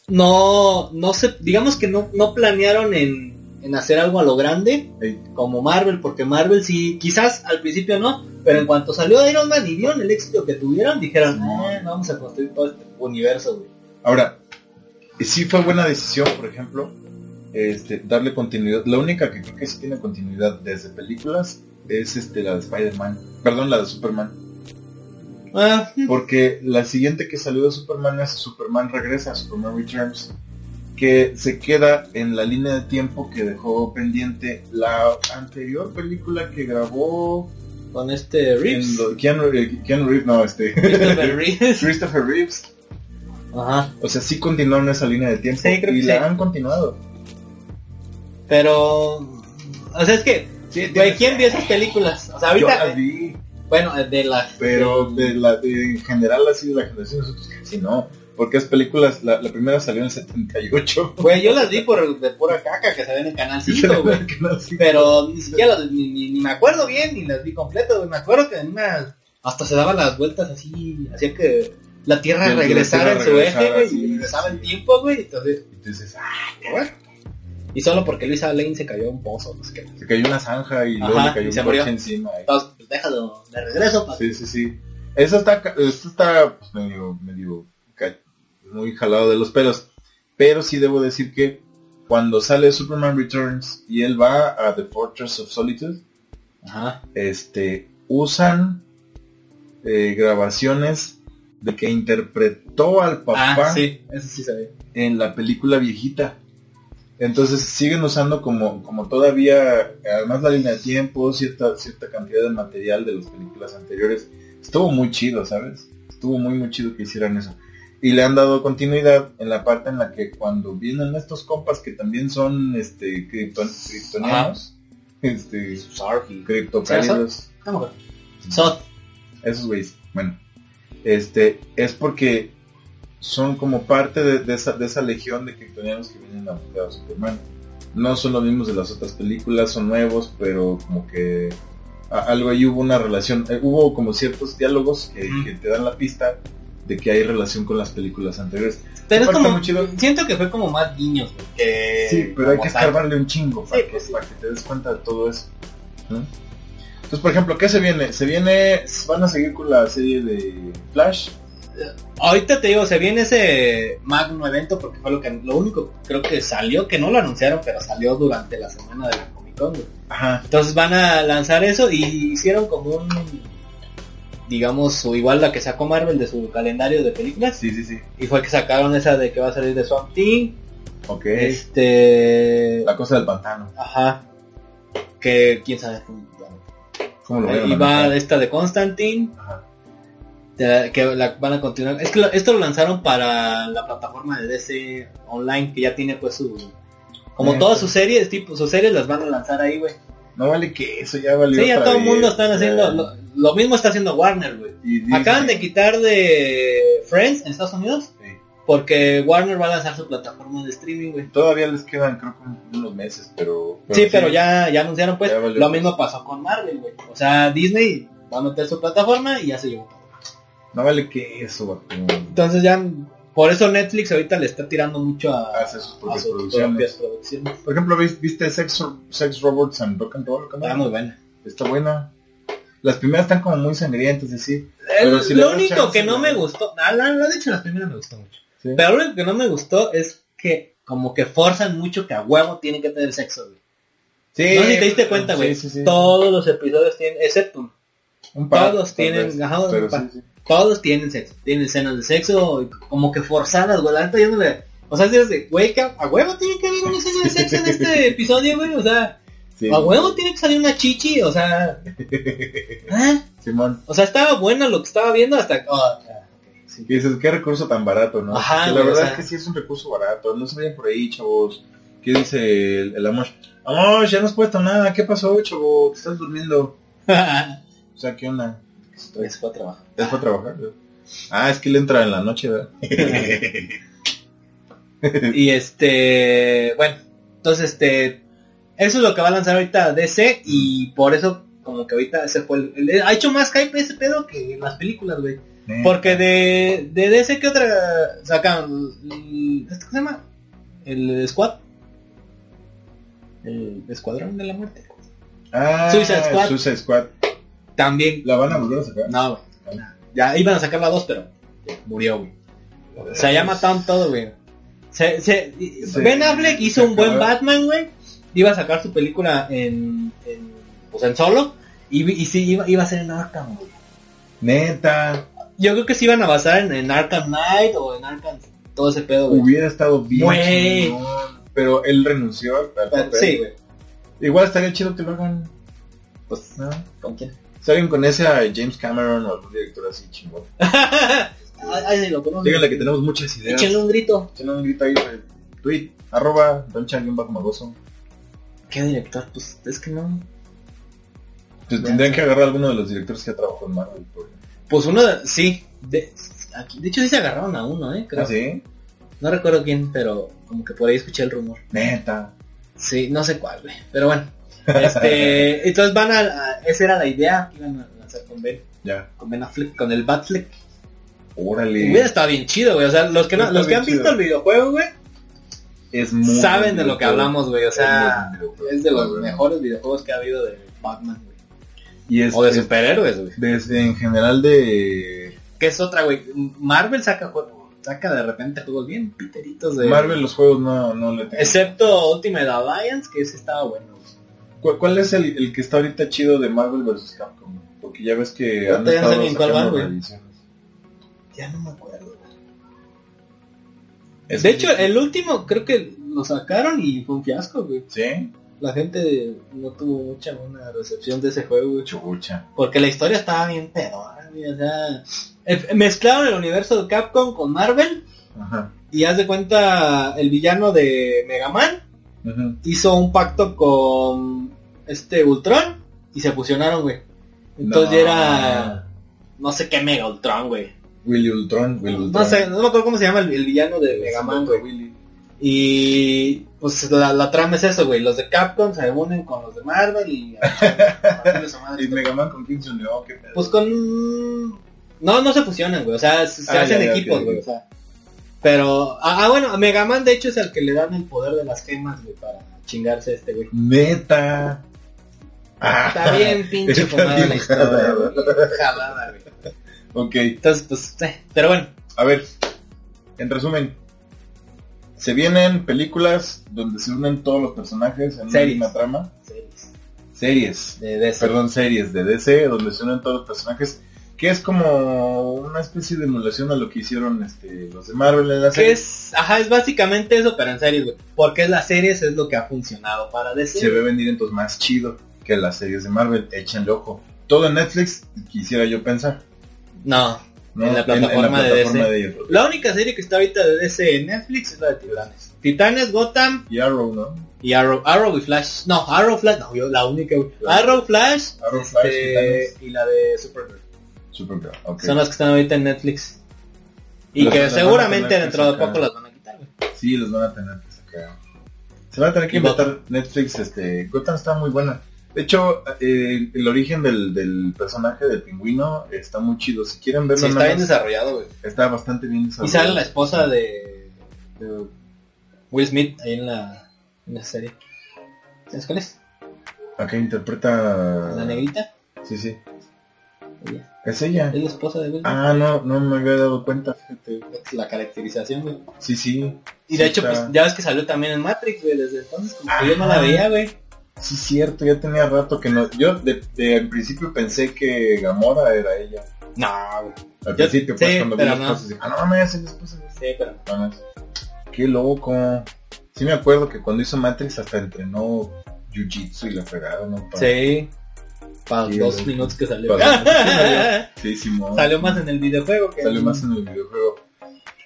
Speaker 3: no, no se, digamos que no, no planearon en, en hacer algo a lo grande
Speaker 2: Ey.
Speaker 3: como Marvel, porque Marvel sí, quizás al principio no, pero en cuanto salió Iron Man y vieron el éxito que tuvieron, dijeron,
Speaker 2: Sí.
Speaker 3: "Ah, vamos a construir todo este universo, güey.
Speaker 2: Ahora, sí fue buena decisión, por ejemplo, este, darle continuidad. La única que creo que sí tiene continuidad desde películas es este, la de Spider-Man. Perdón, la de Superman.
Speaker 3: Ah,
Speaker 2: Porque la siguiente que salió de Superman es Superman Regresa, Superman Returns. Que se queda en la línea de tiempo que dejó pendiente la anterior película que grabó
Speaker 3: con este
Speaker 2: en
Speaker 3: Reeves.
Speaker 2: lo- Keanu, eh, Keanu Reeves, no, este,
Speaker 3: Christopher Reeves.
Speaker 2: Christopher Reeves.
Speaker 3: Ajá.
Speaker 2: O sea, sí continuaron esa línea de tiempo
Speaker 3: Sí, creo
Speaker 2: y
Speaker 3: que
Speaker 2: la
Speaker 3: sí.
Speaker 2: han continuado.
Speaker 3: Pero, o sea, es que,
Speaker 2: Sí,
Speaker 3: güey, ¿quién vio esas películas? O sea,
Speaker 2: Yo
Speaker 3: ahorita,
Speaker 2: las vi,
Speaker 3: bueno, de la
Speaker 2: pero de la, de- en general así de la generación de nosotros casi no. Porque es películas, la, la primera salió en el 78.
Speaker 3: Güey, yo las vi por de pura caca que se ven en Canal 5, güey.
Speaker 2: Que no, sí.
Speaker 3: Pero ni siquiera las- ni, ni- ni me acuerdo bien, ni las vi completas, güey. Me acuerdo que en una... Hasta se daban las vueltas así, hacía que la Tierra
Speaker 2: Que la
Speaker 3: regresara
Speaker 2: Tierra
Speaker 3: en su eje,
Speaker 2: regresara,
Speaker 3: güey,
Speaker 2: sí,
Speaker 3: y regresaba el
Speaker 2: sí.
Speaker 3: tiempo, güey. Entonces,
Speaker 2: Y tú dices, ah,
Speaker 3: güey. Y solo porque Luisa Lane se cayó a un pozo, no sé qué.
Speaker 2: se cayó una zanja y luego
Speaker 3: Ajá,
Speaker 2: le cayó
Speaker 3: y
Speaker 2: un
Speaker 3: se murió.
Speaker 2: coche encima.
Speaker 3: Entonces, pues déjalo, de regreso, pa.
Speaker 2: Sí, sí, sí. Eso está, ca- eso está pues, medio, medio ca- muy jalado de los pelos. Pero sí debo decir que cuando sale Superman Returns y él va a The Fortress of Solitude,
Speaker 3: Ajá.
Speaker 2: este, usan eh, grabaciones de que interpretó al papá
Speaker 3: Ah, sí, eso sí se ve.
Speaker 2: en la película viejita. Entonces siguen usando como, como todavía, además la línea de tiempo, cierta, cierta cantidad de material de las películas anteriores. Estuvo muy chido, ¿sabes? Estuvo muy, muy chido que hicieran eso. Y le han dado continuidad en la parte en la que cuando vienen estos compas que también son este kripton- kriptonianos, este
Speaker 3: Sorry.
Speaker 2: criptocálidos,
Speaker 3: No me acuerdo. Sot.
Speaker 2: esos güeyes, bueno, este, es porque son como parte de, de esa, de esa legión de kryptonianos que vienen a buscar a Superman. No son los mismos de las otras películas, son nuevos, pero como que a- algo ahí hubo una relación, eh, hubo como ciertos diálogos que,
Speaker 3: Ujú.
Speaker 2: que te dan la pista de que hay relación con las películas anteriores.
Speaker 3: Pero es
Speaker 2: Aparte,
Speaker 3: como.
Speaker 2: muy chido.
Speaker 3: Siento que fue como más guiños, güey, que
Speaker 2: Sí, pero hay
Speaker 3: como
Speaker 2: que
Speaker 3: tal.
Speaker 2: escarbarle un chingo para,
Speaker 3: Sí,
Speaker 2: que,
Speaker 3: pues sí.
Speaker 2: para que te des cuenta de todo eso. ¿no? Entonces, por ejemplo, ¿qué se viene? Se viene, van a seguir con la serie de Flash.
Speaker 3: Ahorita te digo, se viene ese magno evento porque fue lo que lo único creo que salió, que no lo anunciaron, pero salió durante la semana de la Comic Con. güey.
Speaker 2: Ajá.
Speaker 3: Entonces van a lanzar eso y hicieron como un, digamos, o igual la que sacó Marvel de su calendario de películas.
Speaker 2: Sí, sí, sí.
Speaker 3: Y fue que sacaron esa de que va a salir de Swamp Team.
Speaker 2: Ok.
Speaker 3: Este...
Speaker 2: La cosa del pantano.
Speaker 3: Ajá. Que quién sabe.
Speaker 2: ¿Cómo lo veo?
Speaker 3: Y
Speaker 2: la
Speaker 3: va
Speaker 2: neta?
Speaker 3: esta de Constantine.
Speaker 2: Ajá.
Speaker 3: de- que la van a continuar. Es que lo- esto lo lanzaron para la plataforma de DC Online que ya tiene pues su como
Speaker 2: Eh,
Speaker 3: todas
Speaker 2: sí.
Speaker 3: sus series, tipo sus series las van a lanzar ahí, güey.
Speaker 2: No vale que eso ya valió.
Speaker 3: Sí, ya
Speaker 2: otra
Speaker 3: todo el
Speaker 2: vez,
Speaker 3: mundo están
Speaker 2: ya.
Speaker 3: haciendo lo, lo mismo está haciendo Warner, güey.
Speaker 2: Y Disney.
Speaker 3: Acaban de quitar de Friends en Estados Unidos
Speaker 2: Sí.
Speaker 3: porque Warner va a lanzar su plataforma de streaming, güey.
Speaker 2: Todavía les quedan creo que unos meses, pero...
Speaker 3: Sí, pero ya, ya anunciaron pues
Speaker 2: Ya valió.
Speaker 3: lo mismo pasó con Marvel, güey. O sea, Disney va a meter su plataforma y ya se llevó todo.
Speaker 2: No vale que eso, vato.
Speaker 3: Entonces ya por eso Netflix ahorita le está tirando mucho a,
Speaker 2: Hace sus propias
Speaker 3: a sus
Speaker 2: producciones.
Speaker 3: propias producciones.
Speaker 2: Por ejemplo, ¿vis- ¿viste Sex, Sex Robots and Rock and Roll? ¿Cómo?
Speaker 3: Está Ah, muy buena.
Speaker 2: Está buena. Las primeras están como muy sangrientas, así. Pero
Speaker 3: El-
Speaker 2: si le
Speaker 3: lo
Speaker 2: das
Speaker 3: único
Speaker 2: chance,
Speaker 3: que no
Speaker 2: ¿no?
Speaker 3: me gustó, ah, la, la- de hecho las primeras me gustó mucho.
Speaker 2: ¿sí?
Speaker 3: Pero lo único que no me gustó es que como que forzan mucho que a huevo tienen que tener sexo, güey.
Speaker 2: Sí,
Speaker 3: no sé si te diste cuenta, güey.
Speaker 2: Sí, sí, sí.
Speaker 3: Todos los episodios tienen, excepto
Speaker 2: Un par,
Speaker 3: todos
Speaker 2: tal
Speaker 3: tienen-
Speaker 2: vez,
Speaker 3: ajá, un
Speaker 2: pero
Speaker 3: par.
Speaker 2: sí, sí.
Speaker 3: todos tienen sexo, tienen escenas de sexo como que forzadas, güey. La neta, yo no le- o sea, si es de, güey, que a huevo tiene que haber una escena de sexo en este episodio, güey. O sea,
Speaker 2: Sí.
Speaker 3: a huevo tiene que salir una chichi, o sea, ¿ah?
Speaker 2: Simón.
Speaker 3: O sea, estaba bueno lo que estaba viendo hasta... oh, ya, ok, sí.
Speaker 2: Y dices, qué recurso tan barato, ¿no?
Speaker 3: Ajá,
Speaker 2: Que la
Speaker 3: güey,
Speaker 2: verdad
Speaker 3: o sea.
Speaker 2: es que sí es un recurso barato. No se vayan por ahí, chavos. ¿Qué dice el, el amor? Amor, ya no has puesto nada. ¿Qué pasó, chavo? Te estás durmiendo. O sea, ¿qué onda?
Speaker 3: Es fue a trabajar.
Speaker 2: ¿Es para trabajar? güey? Ah, es que le entra en la noche, ¿verdad?
Speaker 3: Y este, bueno, entonces este, eso es lo que va a lanzar ahorita DC y por eso como que ahorita se fue el, el- ha hecho más hype ese pedo que las películas, güey. Porque de, de DC que otra sacaron Mm, ¿esto qué se llama? El Squad. El Escuadrón de la Muerte.
Speaker 2: Ah,
Speaker 3: Suicide Squad.
Speaker 2: Suicide Squad.
Speaker 3: También.
Speaker 2: ¿La van a volver a sacar?
Speaker 3: No, güey. Ya iban a sacar la dos, pero murió, güey. Se llama Tom todo, güey. Se, se- y-
Speaker 2: Sí.
Speaker 3: ben Affleck hizo
Speaker 2: Se
Speaker 3: un buen
Speaker 2: acaba.
Speaker 3: Batman, güey. Iba a sacar su película en, en, pues en solo. Y, vi- y sí, iba, iba a ser en Arkham, güey.
Speaker 2: Neta,
Speaker 3: Yo creo que se iban a basar en, en Arkham Knight o en Arkham... Todo ese pedo, güey.
Speaker 2: hubiera estado bien
Speaker 3: Güey.
Speaker 2: chingón, Pero él renunció al al
Speaker 3: Pero
Speaker 2: papel.
Speaker 3: Sí, güey.
Speaker 2: Igual estaría chido que lo hagan,
Speaker 3: Pues,
Speaker 2: ¿no?
Speaker 3: ¿con quién?
Speaker 2: Salgan con ese a James Cameron o algún director así chingón.
Speaker 3: Ay, ay, lo conozco.
Speaker 2: Díganle que tenemos muchas ideas.
Speaker 3: Échenle un grito.
Speaker 2: Échenle un grito ahí por el tweet, arroba bajo magoso.
Speaker 3: ¿Qué director? Pues es que no.
Speaker 2: Pues tendrían que agarrar a alguno de los directores que ha trabajado en Marvel. porque-
Speaker 3: Pues uno, de- sí. De, aquí, de hecho sí se agarraron a uno, eh. Creo.
Speaker 2: ¿Ah, sí?
Speaker 3: No recuerdo quién, pero como que por ahí escuché el rumor.
Speaker 2: Neta.
Speaker 3: Sí, no sé cuál, güey. Pero bueno. Este, entonces van a, a- Esa era la idea que iban a lanzar con Ben.
Speaker 2: Ya.
Speaker 3: Con Ben Affleck, con el Batfleck. Hubiera
Speaker 2: Órale.
Speaker 3: estado bien chido, güey. O sea, los que, no,
Speaker 2: Está
Speaker 3: los que
Speaker 2: bien
Speaker 3: han visto
Speaker 2: chido.
Speaker 3: el videojuego, güey,
Speaker 2: Es muy buen
Speaker 3: saben de lo que
Speaker 2: director.
Speaker 3: hablamos, güey. O
Speaker 2: Es muy
Speaker 3: sea,
Speaker 2: buen director.
Speaker 3: es de los
Speaker 2: Cameron.
Speaker 3: mejores videojuegos que ha habido de Batman, güey.
Speaker 2: Y es,
Speaker 3: O de
Speaker 2: es-
Speaker 3: superhéroes, güey.
Speaker 2: desde en general de
Speaker 3: Que es otra, güey. Marvel saca juegos, saca de repente juegos bien piteritos de
Speaker 2: Marvel los juegos no, no le tengo.
Speaker 3: Excepto Ultimate Alliance, que ese estaba bueno. güey.
Speaker 2: ¿Cu- ¿Cuál es el, el que está ahorita chido de Marvel vs Capcom? Porque ya ves que
Speaker 3: No
Speaker 2: han
Speaker 3: te- ya
Speaker 2: estado
Speaker 3: sé ni en cuál
Speaker 2: sacando
Speaker 3: van, güey.
Speaker 2: reediciones.
Speaker 3: Ya no me acuerdo. güey.
Speaker 2: Es
Speaker 3: De
Speaker 2: que-
Speaker 3: hecho, el último creo que lo sacaron y fue un fiasco, güey.
Speaker 2: ¿Sí?
Speaker 3: La gente no tuvo mucha buena recepción de ese juego, güey.
Speaker 2: Chubucha.
Speaker 3: Porque la historia estaba bien pedora, güey. O sea, eh, mezclaron el universo de Capcom con Marvel
Speaker 2: Ajá.
Speaker 3: y haz de cuenta el villano de Mega Man
Speaker 2: Ujú.
Speaker 3: hizo un pacto con este Ultron y se fusionaron, güey. Entonces
Speaker 2: No.
Speaker 3: ya era no sé qué Mega Ultron, güey.
Speaker 2: Willy Ultron, Willy Ultron.
Speaker 3: No sé, no me acuerdo cómo se llama el, el villano de Mega Man, güey.
Speaker 2: Willy.
Speaker 3: Y pues la, la trama es eso, güey. Los de Capcom se unen con los de Marvel y... a partir de su madre.
Speaker 2: ¿Y Mega Man con quién se unió? ¿Qué pedo?
Speaker 3: pues con No, no se fusionan, güey. O sea, se, se
Speaker 2: Ah,
Speaker 3: hacen
Speaker 2: ya, ya,
Speaker 3: equipos,
Speaker 2: ok,
Speaker 3: güey.
Speaker 2: ok.
Speaker 3: O sea. Pero. Ah, ah, bueno, a Mega Man de hecho es al que le dan el poder de las gemas, güey, para chingarse a este, güey.
Speaker 2: Neta. Ah,
Speaker 3: Está bien pinche
Speaker 2: Está
Speaker 3: fumada
Speaker 2: bien
Speaker 3: la historia,
Speaker 2: jalada.
Speaker 3: güey. Jalada, güey.
Speaker 2: Ok,
Speaker 3: Entonces, pues, eh, pero bueno.
Speaker 2: a ver. En resumen. Se vienen películas donde se unen todos los personajes en
Speaker 3: Series.
Speaker 2: una misma trama.
Speaker 3: series
Speaker 2: Series.
Speaker 3: De DC.
Speaker 2: Perdón, series de DC donde se unen todos los personajes. Que es como una especie de emulación a lo que hicieron este, los de Marvel en la
Speaker 3: Que
Speaker 2: serie.
Speaker 3: es, ajá, es básicamente eso, pero en series, güey. Porque las series es lo que ha funcionado para DC.
Speaker 2: Se ve venir entonces más chido que las series de Marvel. Échenle ojo. Todo en Netflix, quisiera yo pensar.
Speaker 3: No,
Speaker 2: ¿no?
Speaker 3: En la plataforma de
Speaker 2: plataforma
Speaker 3: DC.
Speaker 2: de ellos.
Speaker 3: La única serie que está ahorita de DC en Netflix es la de Titanes. Titanes, Gotham
Speaker 2: Y Arrow, ¿no?
Speaker 3: y Arrow, Arrow y Flash. No, Arrow Flash, no, yo la única. güey.
Speaker 2: Claro.
Speaker 3: Arrow Flash,
Speaker 2: Arrow, Flash,
Speaker 3: este,
Speaker 2: Titanes.
Speaker 3: y la de Supergirl.
Speaker 2: Supergirl. ok.
Speaker 3: Son las que están ahorita en Netflix. Y
Speaker 2: Las-
Speaker 3: que
Speaker 2: las van a
Speaker 3: seguramente
Speaker 2: tener que
Speaker 3: dentro de
Speaker 2: sacar.
Speaker 3: poco las van a quitar. güey.
Speaker 2: Sí, los van a tener que sacar. Se van a tener que
Speaker 3: Y
Speaker 2: inventar Netflix, este, Gotham está muy buena. De hecho, eh, el origen del, del personaje del pingüino está muy chido. Si quieren verlo,
Speaker 3: Sí, está
Speaker 2: nada
Speaker 3: bien
Speaker 2: más,
Speaker 3: desarrollado, güey.
Speaker 2: está bastante bien
Speaker 3: Y
Speaker 2: desarrollado.
Speaker 3: sale la esposa de, de Will Smith ahí en la, en la serie. ¿Sabes cuál es?
Speaker 2: Acá interpreta...
Speaker 3: La negrita.
Speaker 2: Sí, sí.
Speaker 3: Ella.
Speaker 2: Es ella.
Speaker 3: Es la esposa de Will Smith.
Speaker 2: Ah, no, no me había dado cuenta, fíjate.
Speaker 3: Es La caracterización, güey.
Speaker 2: Sí, sí.
Speaker 3: Y de
Speaker 2: Sí,
Speaker 3: hecho,
Speaker 2: está-
Speaker 3: pues ya ves que salió también en Matrix, güey, desde entonces, como que yo no la
Speaker 2: Ajá.
Speaker 3: veía, güey.
Speaker 2: Sí, cierto, ya tenía rato que no... Yo de, de- en principio pensé que Gamora era ella. Ah,
Speaker 3: No, güey.
Speaker 2: Al
Speaker 3: Yo-
Speaker 2: principio, pues,
Speaker 3: sí,
Speaker 2: cuando vi
Speaker 3: pero
Speaker 2: las
Speaker 3: no.
Speaker 2: cosas, dije, ah, no mames, es la esposa de
Speaker 3: Sí, pero.
Speaker 2: Mames. Qué loco. Sí me acuerdo que cuando hizo Matrix hasta entrenó Jiu-Jitsu y la fregada, ¿no? Pa-
Speaker 3: Sí. Para los
Speaker 2: Sí,
Speaker 3: dos
Speaker 2: güey.
Speaker 3: minutos que salió.
Speaker 2: Para- Sí, Simón.
Speaker 3: salió más en el videojuego que
Speaker 2: Salió más en el videojuego.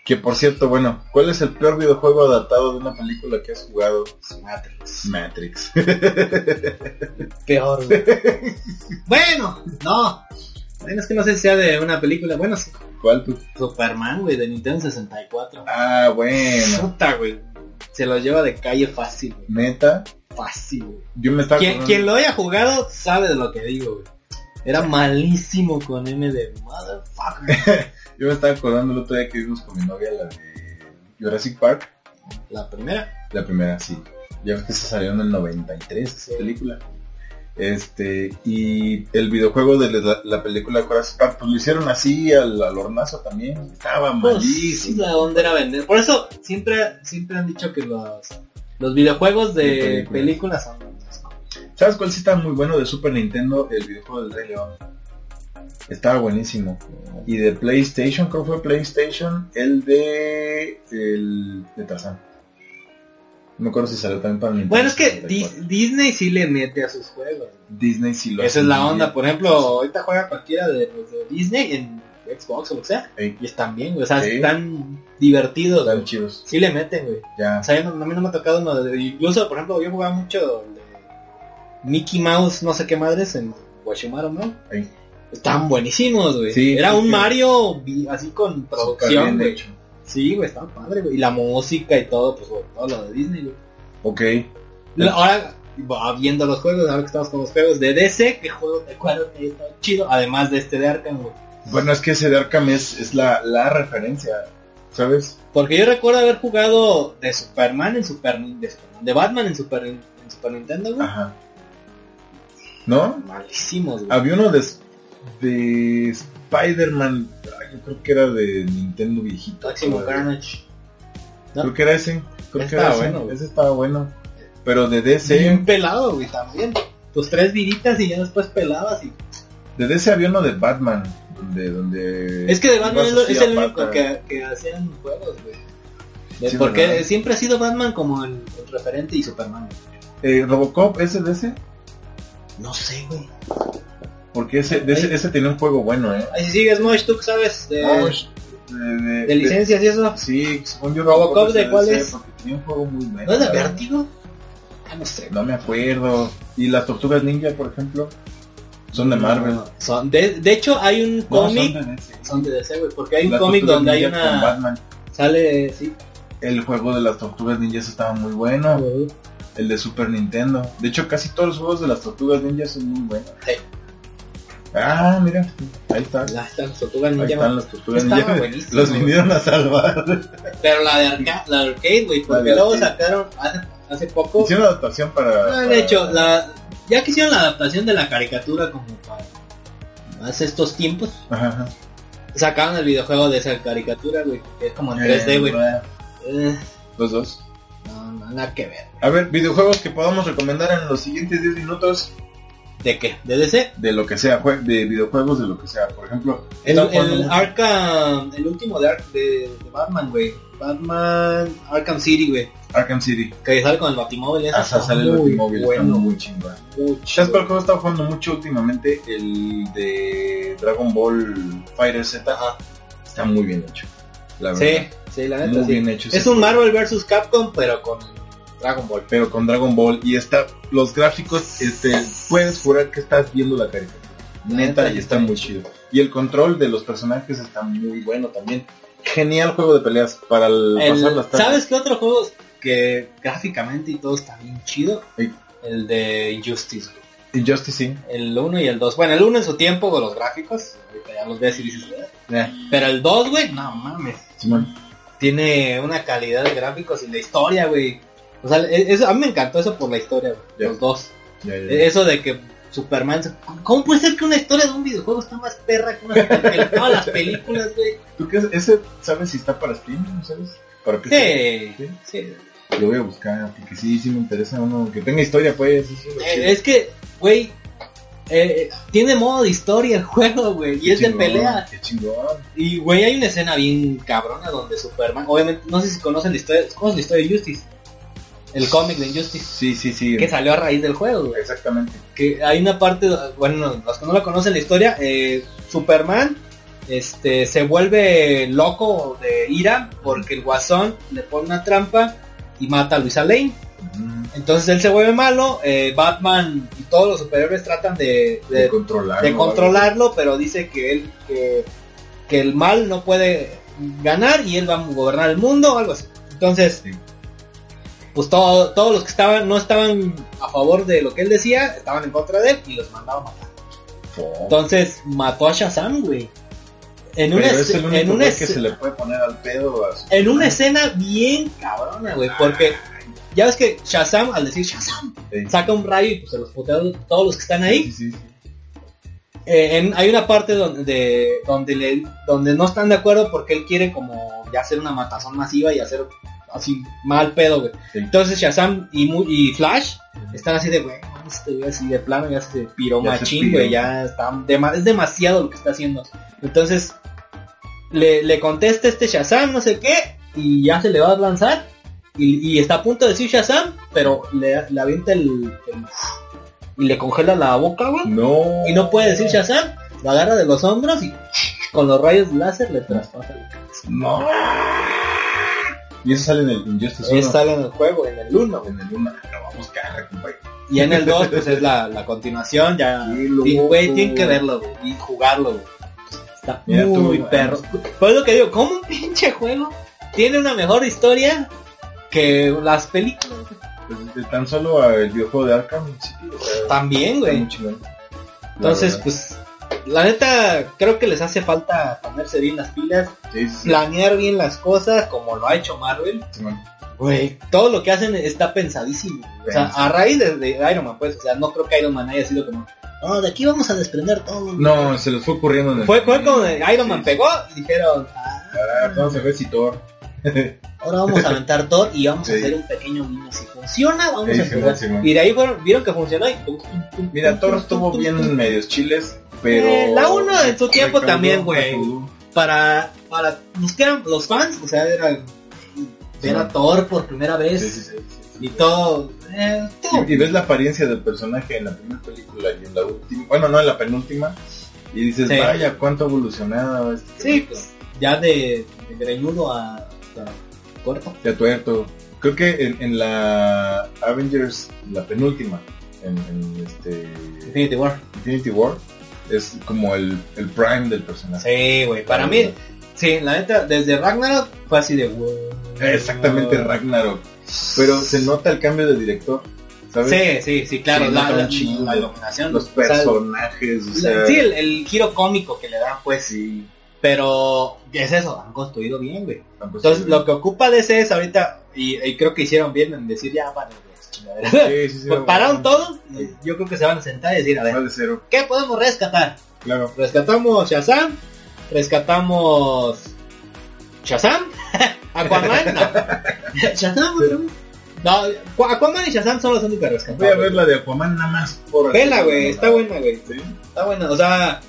Speaker 2: Que por cierto, bueno, ¿cuál es el peor videojuego adaptado de una película que has jugado?
Speaker 3: Matrix.
Speaker 2: Matrix.
Speaker 3: Peor, güey. bueno, no. Bueno, es que no sé si sea de una película. Bueno, sí.
Speaker 2: ¿Cuál tú?
Speaker 3: Superman, güey, de Nintendo 64.
Speaker 2: Ah, bueno.
Speaker 3: Puta, güey. Se lo lleva de calle fácil, güey.
Speaker 2: Neta,
Speaker 3: Fácil, güey.
Speaker 2: yo me estaba
Speaker 3: Quien,
Speaker 2: acordando-
Speaker 3: quien lo haya jugado sabe de lo que digo, güey. Era malísimo con M de motherfucker.
Speaker 2: yo me estaba acordando el otro día que vimos con mi novia la de Jurassic Park,
Speaker 3: La primera.
Speaker 2: la primera sí. Ya ves que se salió en el 93 esa película. Este, y el videojuego de la, la película Jurassic Park, pues lo hicieron así al, al hornazo también. Estaba
Speaker 3: Pues, sí,
Speaker 2: malísimo.
Speaker 3: la onda era vender. Por eso siempre, siempre han dicho que los, los videojuegos de,
Speaker 2: De películas.
Speaker 3: películas. son un asco.
Speaker 2: ¿Sabes cuál sí estaba muy bueno de Super Nintendo? El videojuego del Rey León. Estaba buenísimo. Y de PlayStation, creo que fue PlayStation, el de. El de Tarzán. No me acuerdo si salió también para Nintendo.
Speaker 3: Bueno, es que
Speaker 2: 64.
Speaker 3: Dis- Disney sí le mete a sus juegos.
Speaker 2: Disney sí lo
Speaker 3: Esa es la
Speaker 2: hacía.
Speaker 3: onda. Por ejemplo, ahorita juega cualquiera de los de Disney en Xbox o lo que sea.
Speaker 2: Ey.
Speaker 3: Y están bien, güey. O sea,
Speaker 2: Sí.
Speaker 3: están divertidos,
Speaker 2: Estaban
Speaker 3: güey.
Speaker 2: chidos.
Speaker 3: Sí le meten, güey.
Speaker 2: Ya.
Speaker 3: O sea, yo no- a mí no me ha tocado uno de... Incluso, por ejemplo, yo jugaba mucho el de Mickey Mouse, no sé qué madres, en Guachimaro, ¿no?
Speaker 2: Ahí.
Speaker 3: Estaban buenísimos, güey.
Speaker 2: Sí,
Speaker 3: Era
Speaker 2: sí,
Speaker 3: un
Speaker 2: sí.
Speaker 3: Mario vi- así con
Speaker 2: Súper
Speaker 3: producción,
Speaker 2: bien
Speaker 3: güey.
Speaker 2: hecho.
Speaker 3: Sí, güey, estaba padre, güey. Y la música y todo, pues, güey, todo lo de Disney, güey.
Speaker 2: Ok.
Speaker 3: La- Ahora, va viendo los juegos, ahora que estamos con los juegos de DC, que juego de cuadro que está chido, además de este de Arkham, güey.
Speaker 2: Bueno, es que ese de Arkham es, es la, la referencia, ¿sabes?
Speaker 3: Porque yo recuerdo haber jugado de Superman en Super... De, Superman- de Batman en Super, en Super Nintendo, güey.
Speaker 2: Ajá. ¿No?
Speaker 3: Malísimos, güey.
Speaker 2: Había uno de, de Spider-Man, ay, yo creo que era de Nintendo viejito.
Speaker 3: Máximo
Speaker 2: creo
Speaker 3: Carnage.
Speaker 2: que era ese. Creo que
Speaker 3: Estaba
Speaker 2: era ese.
Speaker 3: bueno, güey.
Speaker 2: ese estaba bueno. Pero de
Speaker 3: Sí.
Speaker 2: DC,
Speaker 3: Bien pelado, güey, también. Tus tres viritas y ya después pelabas. Y...
Speaker 2: de DC había uno de Batman, donde... donde
Speaker 3: Es que de Batman
Speaker 2: ibas
Speaker 3: es, lo-
Speaker 2: así
Speaker 3: es
Speaker 2: a
Speaker 3: el único
Speaker 2: pata.
Speaker 3: que, que hacían juegos, güey. De-
Speaker 2: Sí,
Speaker 3: porque
Speaker 2: ¿verdad?
Speaker 3: siempre ha sido Batman como el, el referente y Superman. güey.
Speaker 2: Eh, Robocop, ese DC,
Speaker 3: No sé, güey.
Speaker 2: porque ese, de ese,
Speaker 3: Ay.
Speaker 2: ese tenía un juego bueno, ¿eh?
Speaker 3: Ahí sigues, Mosh, tú que sabes de,
Speaker 2: Mosh, de- de-
Speaker 3: de licencias y eso.
Speaker 2: Sí, según yo
Speaker 3: ¿Robocop de cuál
Speaker 2: DC,
Speaker 3: es?
Speaker 2: Porque tenía un juego muy bueno.
Speaker 3: ¿No es de
Speaker 2: la verdad.
Speaker 3: Vértigo? Ah, no sé.
Speaker 2: No me acuerdo. Y las tortugas ninja, por ejemplo, son de Marvel.
Speaker 3: No, son de, de hecho, hay un
Speaker 2: No,
Speaker 3: cómic.
Speaker 2: son de DC.
Speaker 3: Son de DC, güey. Porque hay un
Speaker 2: Las
Speaker 3: cómic
Speaker 2: Tortugas
Speaker 3: donde hay
Speaker 2: Ninja con
Speaker 3: una.
Speaker 2: Batman.
Speaker 3: Sale, sí.
Speaker 2: El juego de las tortugas ninjas estaba muy bueno.
Speaker 3: güey.
Speaker 2: El de Super Nintendo. De hecho, casi todos los juegos de las tortugas ninjas son muy buenos.
Speaker 3: Sí.
Speaker 2: Ah, mira, ahí está.
Speaker 3: La, la tortuga
Speaker 2: Ahí
Speaker 3: ninja.
Speaker 2: están las tortugas
Speaker 3: Estaba
Speaker 2: ninja.
Speaker 3: buenísimo.
Speaker 2: Los vinieron a salvar.
Speaker 3: Pero la de, arca la de arcade, güey, porque
Speaker 2: de
Speaker 3: luego
Speaker 2: arcade.
Speaker 3: sacaron hace, hace poco.
Speaker 2: Hicieron adaptación para.
Speaker 3: No,
Speaker 2: para-
Speaker 3: Ah, de hecho, la, ya que hicieron la adaptación de la caricatura como para hace estos tiempos,
Speaker 2: Ajá, ajá.
Speaker 3: sacaron el videojuego de esa caricatura, güey, que es como en 3D, güey.
Speaker 2: Eh,
Speaker 3: Eh,
Speaker 2: Los dos.
Speaker 3: no, no, nada que ver.
Speaker 2: A ver, videojuegos que podamos recomendar en los siguientes 10 minutos
Speaker 3: ¿De qué? ¿De DC?
Speaker 2: de lo que sea, jue- de videojuegos de lo que sea. Por ejemplo,
Speaker 3: El,
Speaker 2: estaba jugando
Speaker 3: el
Speaker 2: mucho-
Speaker 3: Arkham, el último de, Ar- de, de Batman, güey. Batman, Arkham City, güey.
Speaker 2: Arkham City.
Speaker 3: Que sale con el Batimóvil. ese
Speaker 2: Hasta
Speaker 3: está
Speaker 2: sale el
Speaker 3: muy
Speaker 2: Batimóvil, está
Speaker 3: Bueno,
Speaker 2: muy chingón.
Speaker 3: muy
Speaker 2: ¿Sabes
Speaker 3: chido.
Speaker 2: cuál juego estaba jugando mucho últimamente? El de Dragon Ball Fighter Z.
Speaker 3: Ajá.
Speaker 2: Está muy bien hecho. La
Speaker 3: Sí,
Speaker 2: verdad.
Speaker 3: sí, la
Speaker 2: Muy
Speaker 3: neta, sí.
Speaker 2: bien hecho.
Speaker 3: Es
Speaker 2: ese
Speaker 3: un
Speaker 2: juego.
Speaker 3: Marvel vs. Capcom, pero con Dragon Ball.
Speaker 2: Pero con Dragon Ball y está, los gráficos, este, puedes jurar que estás viendo la caricatura. Neta, y está muy chido. Y el control de los personajes está muy bueno también. Genial juego de peleas para el,
Speaker 3: El-
Speaker 2: pasar las tardes.
Speaker 3: ¿Sabes qué otro juego que gráficamente y todo está bien chido?
Speaker 2: Sí.
Speaker 3: El de Injustice, güey.
Speaker 2: Injustice, sí.
Speaker 3: El 1 y el 2. Bueno, el 1 en su tiempo con los gráficos. Ahorita ya los ves y dices, "Eh".
Speaker 2: Eh,
Speaker 3: Pero el 2, güey, no mames.
Speaker 2: Simón.
Speaker 3: Tiene una calidad de gráficos y la historia, güey. O sea, e- eso, a mí me encantó eso por la historia, güey.
Speaker 2: Ya.
Speaker 3: Los dos. E,
Speaker 2: Ya, ya, ya.
Speaker 3: Eso de que Superman... se- ¿Cómo puede ser que una historia de un videojuego está más perra que, una, que todas las películas, güey?
Speaker 2: ¿Tú qué es? ¿Ese sabes si está para streaming? ¿Sabes? ¿Para PC?
Speaker 3: Sí, sí.
Speaker 2: Lo voy a buscar, porque sí, sí me interesa uno que tenga historia, pues. sí, sí, lo
Speaker 3: Eh,
Speaker 2: quiero.
Speaker 3: es que, güey, eh, tiene modo de historia el juego, güey, y
Speaker 2: Qué
Speaker 3: es de
Speaker 2: chingón,
Speaker 3: pelea.
Speaker 2: Qué chingón.
Speaker 3: Y, güey, hay una escena bien cabrona donde Superman, obviamente, no sé si conocen la historia, ¿conocen la historia de Justice? El cómic de Injustice,
Speaker 2: Sí, sí, sí.
Speaker 3: que salió a raíz del juego, güey.
Speaker 2: Exactamente.
Speaker 3: Que hay una parte, bueno, los que no la conocen la historia, eh, Superman este, se vuelve loco de ira porque el guasón le pone una trampa y mata a Luisa Lane.
Speaker 2: Mm,
Speaker 3: Entonces él se vuelve malo, eh, Batman y todos los superhéroes tratan de, de-
Speaker 2: De, controlar.
Speaker 3: de controlarlo, pero dice que él que, que el mal no puede ganar y él va a gobernar el mundo o algo así. Entonces,
Speaker 2: Sí.
Speaker 3: pues todo- todos los que estaban no estaban a favor de lo que él decía, estaban en contra de él y los mandaba a matar. Entonces mató a Shazam, güey. En
Speaker 2: Pero
Speaker 3: una,
Speaker 2: es
Speaker 3: esce-
Speaker 2: el único
Speaker 3: en una
Speaker 2: güey
Speaker 3: esce-
Speaker 2: que se le puede poner al pedo a su-
Speaker 3: en una escena bien cabrona, güey, porque ya ves que Shazam, al decir Shazam,
Speaker 2: Sí.
Speaker 3: saca un rayo y pues se los putea a todos los que están ahí.
Speaker 2: Sí, sí, sí.
Speaker 3: Eh, en- hay una parte donde, de- donde, le, donde no están de acuerdo porque él quiere como ya hacer una matazón masiva y hacer así mal pedo, güey.
Speaker 2: Sí.
Speaker 3: Entonces Shazam y, Mu- y Flash están así de, güey, este güey así de plano ya se piró
Speaker 2: Ya se
Speaker 3: machín,
Speaker 2: piró.
Speaker 3: güey, ya está, dema- es demasiado lo que está haciendo. Entonces le, le contesta este Shazam, no sé qué, y ya se le va a lanzar. Y, y está a punto de decir Shazam, pero le, le avienta el, el- Y le congela la boca, güey.
Speaker 2: No.
Speaker 3: Y no puede decir Shazam, lo agarra de los hombros y con los rayos láser le traspasa la cabeza.
Speaker 2: No. Y eso sale en el Injustice
Speaker 3: Ahí
Speaker 2: 1.
Speaker 3: sale en el juego, en el 1.
Speaker 2: En el 1. Lo va a buscar, compadre.
Speaker 3: Y en el 2, pues es la, la continuación, ya.
Speaker 2: Qué loco.
Speaker 3: Sí, güey, tienen que verlo, güey, y jugarlo, güey. Está
Speaker 2: Mira tú,
Speaker 3: muy
Speaker 2: güey.
Speaker 3: perro. Pues lo que digo, ¿cómo un pinche juego tiene una mejor historia que las películas? güey?
Speaker 2: Pues, eh, tan solo a el videojuego de Arkham City. o sea,
Speaker 3: También,
Speaker 2: está
Speaker 3: güey.
Speaker 2: muy chingón.
Speaker 3: Entonces,
Speaker 2: La
Speaker 3: pues, la neta, creo que les hace falta ponerse bien las pilas,
Speaker 2: verdad. Sí, sí, sí.
Speaker 3: planear bien las cosas, como lo ha hecho Marvel.
Speaker 2: Simón.
Speaker 3: Güey, todo lo que hacen está pensadísimo. güey. O sea, a raíz de, de Iron Man, pues, o sea, no creo que Iron Man haya sido como, oh, de aquí vamos a desprender todo. güey".
Speaker 2: No, se les fue ocurriendo en el
Speaker 3: Fue, fue como de
Speaker 2: camino.
Speaker 3: Iron Man
Speaker 2: Sí,
Speaker 3: pegó y dijeron, "Ah,
Speaker 2: sí. Ah, Vamos a ver si Thor.
Speaker 3: ahora vamos a aventar Thor y vamos a
Speaker 2: Sí.
Speaker 3: hacer un pequeño niño. Si funciona, vamos
Speaker 2: Sí,
Speaker 3: a jugar.
Speaker 2: Simón, Simón.
Speaker 3: Y de ahí fueron- vieron que funcionó y tum, tum, tum,
Speaker 2: Mira,
Speaker 3: tum,
Speaker 2: Thor
Speaker 3: tum,
Speaker 2: estuvo
Speaker 3: tum,
Speaker 2: bien
Speaker 3: tum.
Speaker 2: en medios chiles, pero...
Speaker 3: Eh, la uno en su tiempo
Speaker 2: Recaudó,
Speaker 3: también, güey.
Speaker 2: recaudó.
Speaker 3: Para, para los que eran los fans, o sea, era ver a
Speaker 2: Sí.
Speaker 3: Thor por primera vez
Speaker 2: Sí, sí, sí, sí,
Speaker 3: y
Speaker 2: sí.
Speaker 3: todo. eh, todo.
Speaker 2: Y, y ves la apariencia del personaje en la primera película y en la última, bueno, no, en la penúltima, y dices,
Speaker 3: Sí.
Speaker 2: vaya, cuánto ha evolucionado este
Speaker 3: Sí, pues ya de, de greñudo a, a cuerpo.
Speaker 2: ya tuerto. Creo que en, en la Avengers, la penúltima, en, en este
Speaker 3: Infinity War.
Speaker 2: Infinity War, es como el, el prime del personaje.
Speaker 3: Sí, güey. Para mí, sí, la neta, desde Ragnarok fue así de wow.
Speaker 2: Exactamente Ragnarok. Pero se nota el cambio de director. ¿sabes?
Speaker 3: Sí, sí, sí, claro,
Speaker 2: Sí,
Speaker 3: la,
Speaker 2: no
Speaker 3: la-
Speaker 2: tan chido.
Speaker 3: la dominación.
Speaker 2: Los
Speaker 3: o sea,
Speaker 2: personajes, o sea,
Speaker 3: la- sí, el, el giro cómico que le dan, pues.
Speaker 2: sí,
Speaker 3: Pero es eso, han construido bien, güey.
Speaker 2: tampoco
Speaker 3: Entonces,
Speaker 2: se-
Speaker 3: lo que ocupa DC es ahorita, y, y creo que hicieron bien en decir ya, para
Speaker 2: Sí, sí, sí,
Speaker 3: Pues
Speaker 2: va-
Speaker 3: pararon todos, y yo creo que se van a sentar y decir, a
Speaker 2: Va
Speaker 3: ver,
Speaker 2: de cero,
Speaker 3: ¿qué podemos rescatar?
Speaker 2: claro.
Speaker 3: Rescatamos Shazam, rescatamos Shazam, Aquaman, no. Shazam otra vez. No, Aqu- Aquaman y Shazam son los únicos rescatados.
Speaker 2: Voy a ver la de Aquaman nada más por
Speaker 3: Vela,
Speaker 2: hacer
Speaker 3: güey,
Speaker 2: una
Speaker 3: está
Speaker 2: mamada.
Speaker 3: buena, güey.
Speaker 2: Sí.
Speaker 3: Está buena, o sea,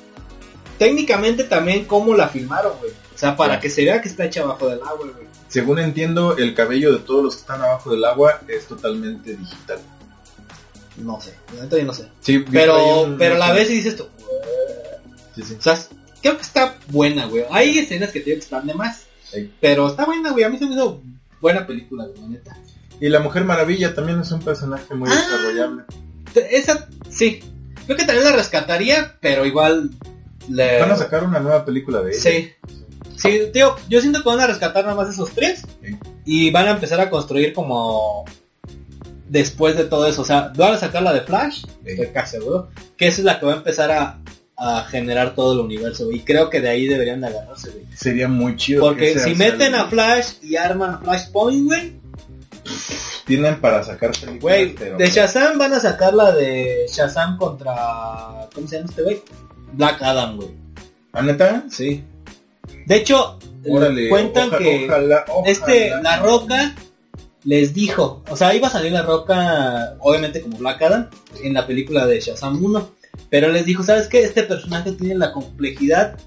Speaker 3: técnicamente también cómo la filmaron, güey. O sea, para
Speaker 2: Sí.
Speaker 3: que se vea que está hecha abajo del agua, güey.
Speaker 2: Según entiendo, el cabello de todos los que están abajo del agua es totalmente digital.
Speaker 3: No sé, la neta yo no sé.
Speaker 2: Sí, yo traía
Speaker 3: Pero,
Speaker 2: un-
Speaker 3: pero la ves y dices tú,
Speaker 2: Sí, sí.
Speaker 3: o sea, creo que está buena, güey. Hay escenas que tienen que estar de más.
Speaker 2: Sí.
Speaker 3: Pero está buena, güey. A mí se me hizo buena película, güey, la neta.
Speaker 2: Y la Mujer Maravilla también es un personaje muy
Speaker 3: Ah.
Speaker 2: desarrollable.
Speaker 3: Esa, sí. Creo que también la rescataría, pero igual le...
Speaker 2: Van a sacar una nueva película de ella.
Speaker 3: Sí. Sí, tío, yo siento que van a rescatar nada más esos tres.
Speaker 2: Sí.
Speaker 3: Y van a empezar a construir como... Después de todo eso. O sea, van a sacar la de Flash. Estoy
Speaker 2: Eh,
Speaker 3: casi seguro. Que esa es la que va a empezar a, a generar todo el universo. güey, Y creo que de ahí deberían de agarrarse, güey.
Speaker 2: Sería muy chido. que
Speaker 3: Porque
Speaker 2: sea-
Speaker 3: si
Speaker 2: sea
Speaker 3: meten
Speaker 2: el-
Speaker 3: a Flash y arman a Flashpoint, güey,
Speaker 2: Tienen para sacar películas.
Speaker 3: güey,
Speaker 2: pero-
Speaker 3: de Shazam van a sacar la de Shazam contra, ¿cómo se llama este güey? Black Adam, güey.
Speaker 2: ¿Ah, neta?
Speaker 3: Sí. De hecho,
Speaker 2: Órale.
Speaker 3: cuentan
Speaker 2: oja-
Speaker 3: que
Speaker 2: ojalá- ojalá.
Speaker 3: este, La Roca les dijo, o sea, iba a salir La Roca, obviamente como Black Adam, en la película de Shazam 1, pero les dijo, ¿sabes qué? Este personaje tiene la complejidad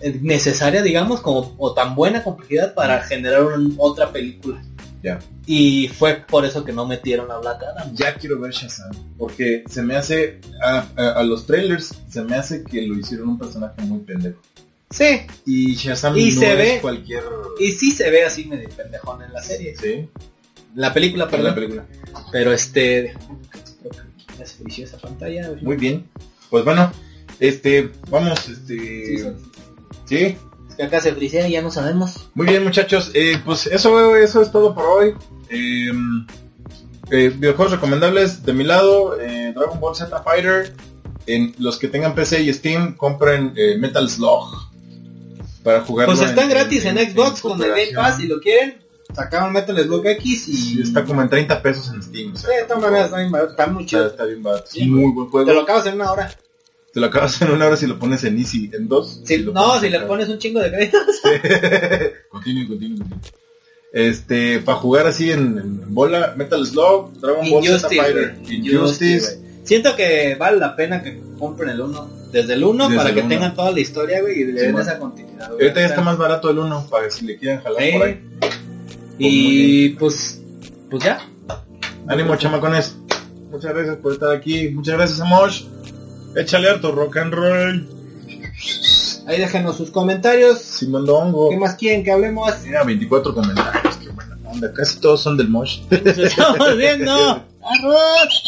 Speaker 3: eh, necesaria, digamos, como, o tan buena complejidad para generar un- otra película.
Speaker 2: Ya.
Speaker 3: Y fue por eso que no metieron a Black Adam.
Speaker 2: Ya quiero ver Shazam. Porque se me hace. A, a- a los trailers se me hace que lo hicieron un personaje muy pendejo.
Speaker 3: Sí.
Speaker 2: Y Shazam
Speaker 3: Y
Speaker 2: no
Speaker 3: se
Speaker 2: es
Speaker 3: ve-
Speaker 2: cualquier.
Speaker 3: Y sí se ve así medio pendejón en la serie.
Speaker 2: Sí,
Speaker 3: En la película,
Speaker 2: en la
Speaker 3: perdón.
Speaker 2: película.
Speaker 3: Pero este... Ya se frició esa pantalla. güey.
Speaker 2: Muy bien. Pues bueno, este, vamos, este.
Speaker 3: Sí, sí, sí.
Speaker 2: sí.
Speaker 3: Es que acá se frisea y ya no sabemos.
Speaker 2: Muy bien, muchachos. Eh, pues eso, eso es todo por hoy. Eh, eh, videojuegos recomendables de mi lado, eh, Dragon Ball Z Fighter. En los que tengan PC y Steam, compren eh, Metal Slug para jugarlo.
Speaker 3: Pues están
Speaker 2: en-
Speaker 3: gratis en, Xbox con el Game
Speaker 2: cooperación.
Speaker 3: Pass si lo quieren. Sacaron Metal Slug X y...
Speaker 2: Y está como en 30 pesos en Steam. o sea,
Speaker 3: Eh, toma, mira, está bien barato, está muy
Speaker 2: está,
Speaker 3: chido.
Speaker 2: está bien barato. Es
Speaker 3: Sí,
Speaker 2: muy buen juego.
Speaker 3: Te lo acabas en una hora.
Speaker 2: Te lo acabas en una hora si lo pones en Easy. En dos.
Speaker 3: Si-
Speaker 2: lo
Speaker 3: no, si
Speaker 2: en
Speaker 3: le
Speaker 2: tres.
Speaker 3: pones un chingo de crédito.
Speaker 2: Continúe, continúe, continúe. Este, para jugar así en, en bola, Metal Slug, Dragon Ball Z
Speaker 3: Injustice,
Speaker 2: Fighter,
Speaker 3: güey. Injustice,
Speaker 2: Injustice,
Speaker 3: güey. Siento que vale la pena que compren el 1 desde el 1
Speaker 2: Desde
Speaker 3: para
Speaker 2: el
Speaker 3: que
Speaker 2: uno.
Speaker 3: tengan toda la historia, güey, y le
Speaker 2: Sí,
Speaker 3: den
Speaker 2: bueno.
Speaker 3: esa continuidad. güey.
Speaker 2: Ahorita ya
Speaker 3: O sea,
Speaker 2: está más barato el 1 para que si le quieran jalar
Speaker 3: Sí.
Speaker 2: por ahí.
Speaker 3: Y pues, pues ya.
Speaker 2: Ánimo, chamacones. Muchas gracias por estar aquí. Muchas gracias, Amosh. Échale harto rock and roll.
Speaker 3: Ahí déjenos sus comentarios.
Speaker 2: Si mando hongo.
Speaker 3: ¿Qué más quieren que hablemos?
Speaker 2: Mira, 24 comentarios. Qué buena onda. Casi todos son del Mosh.
Speaker 3: Nos estamos viendo. ¡Arroz!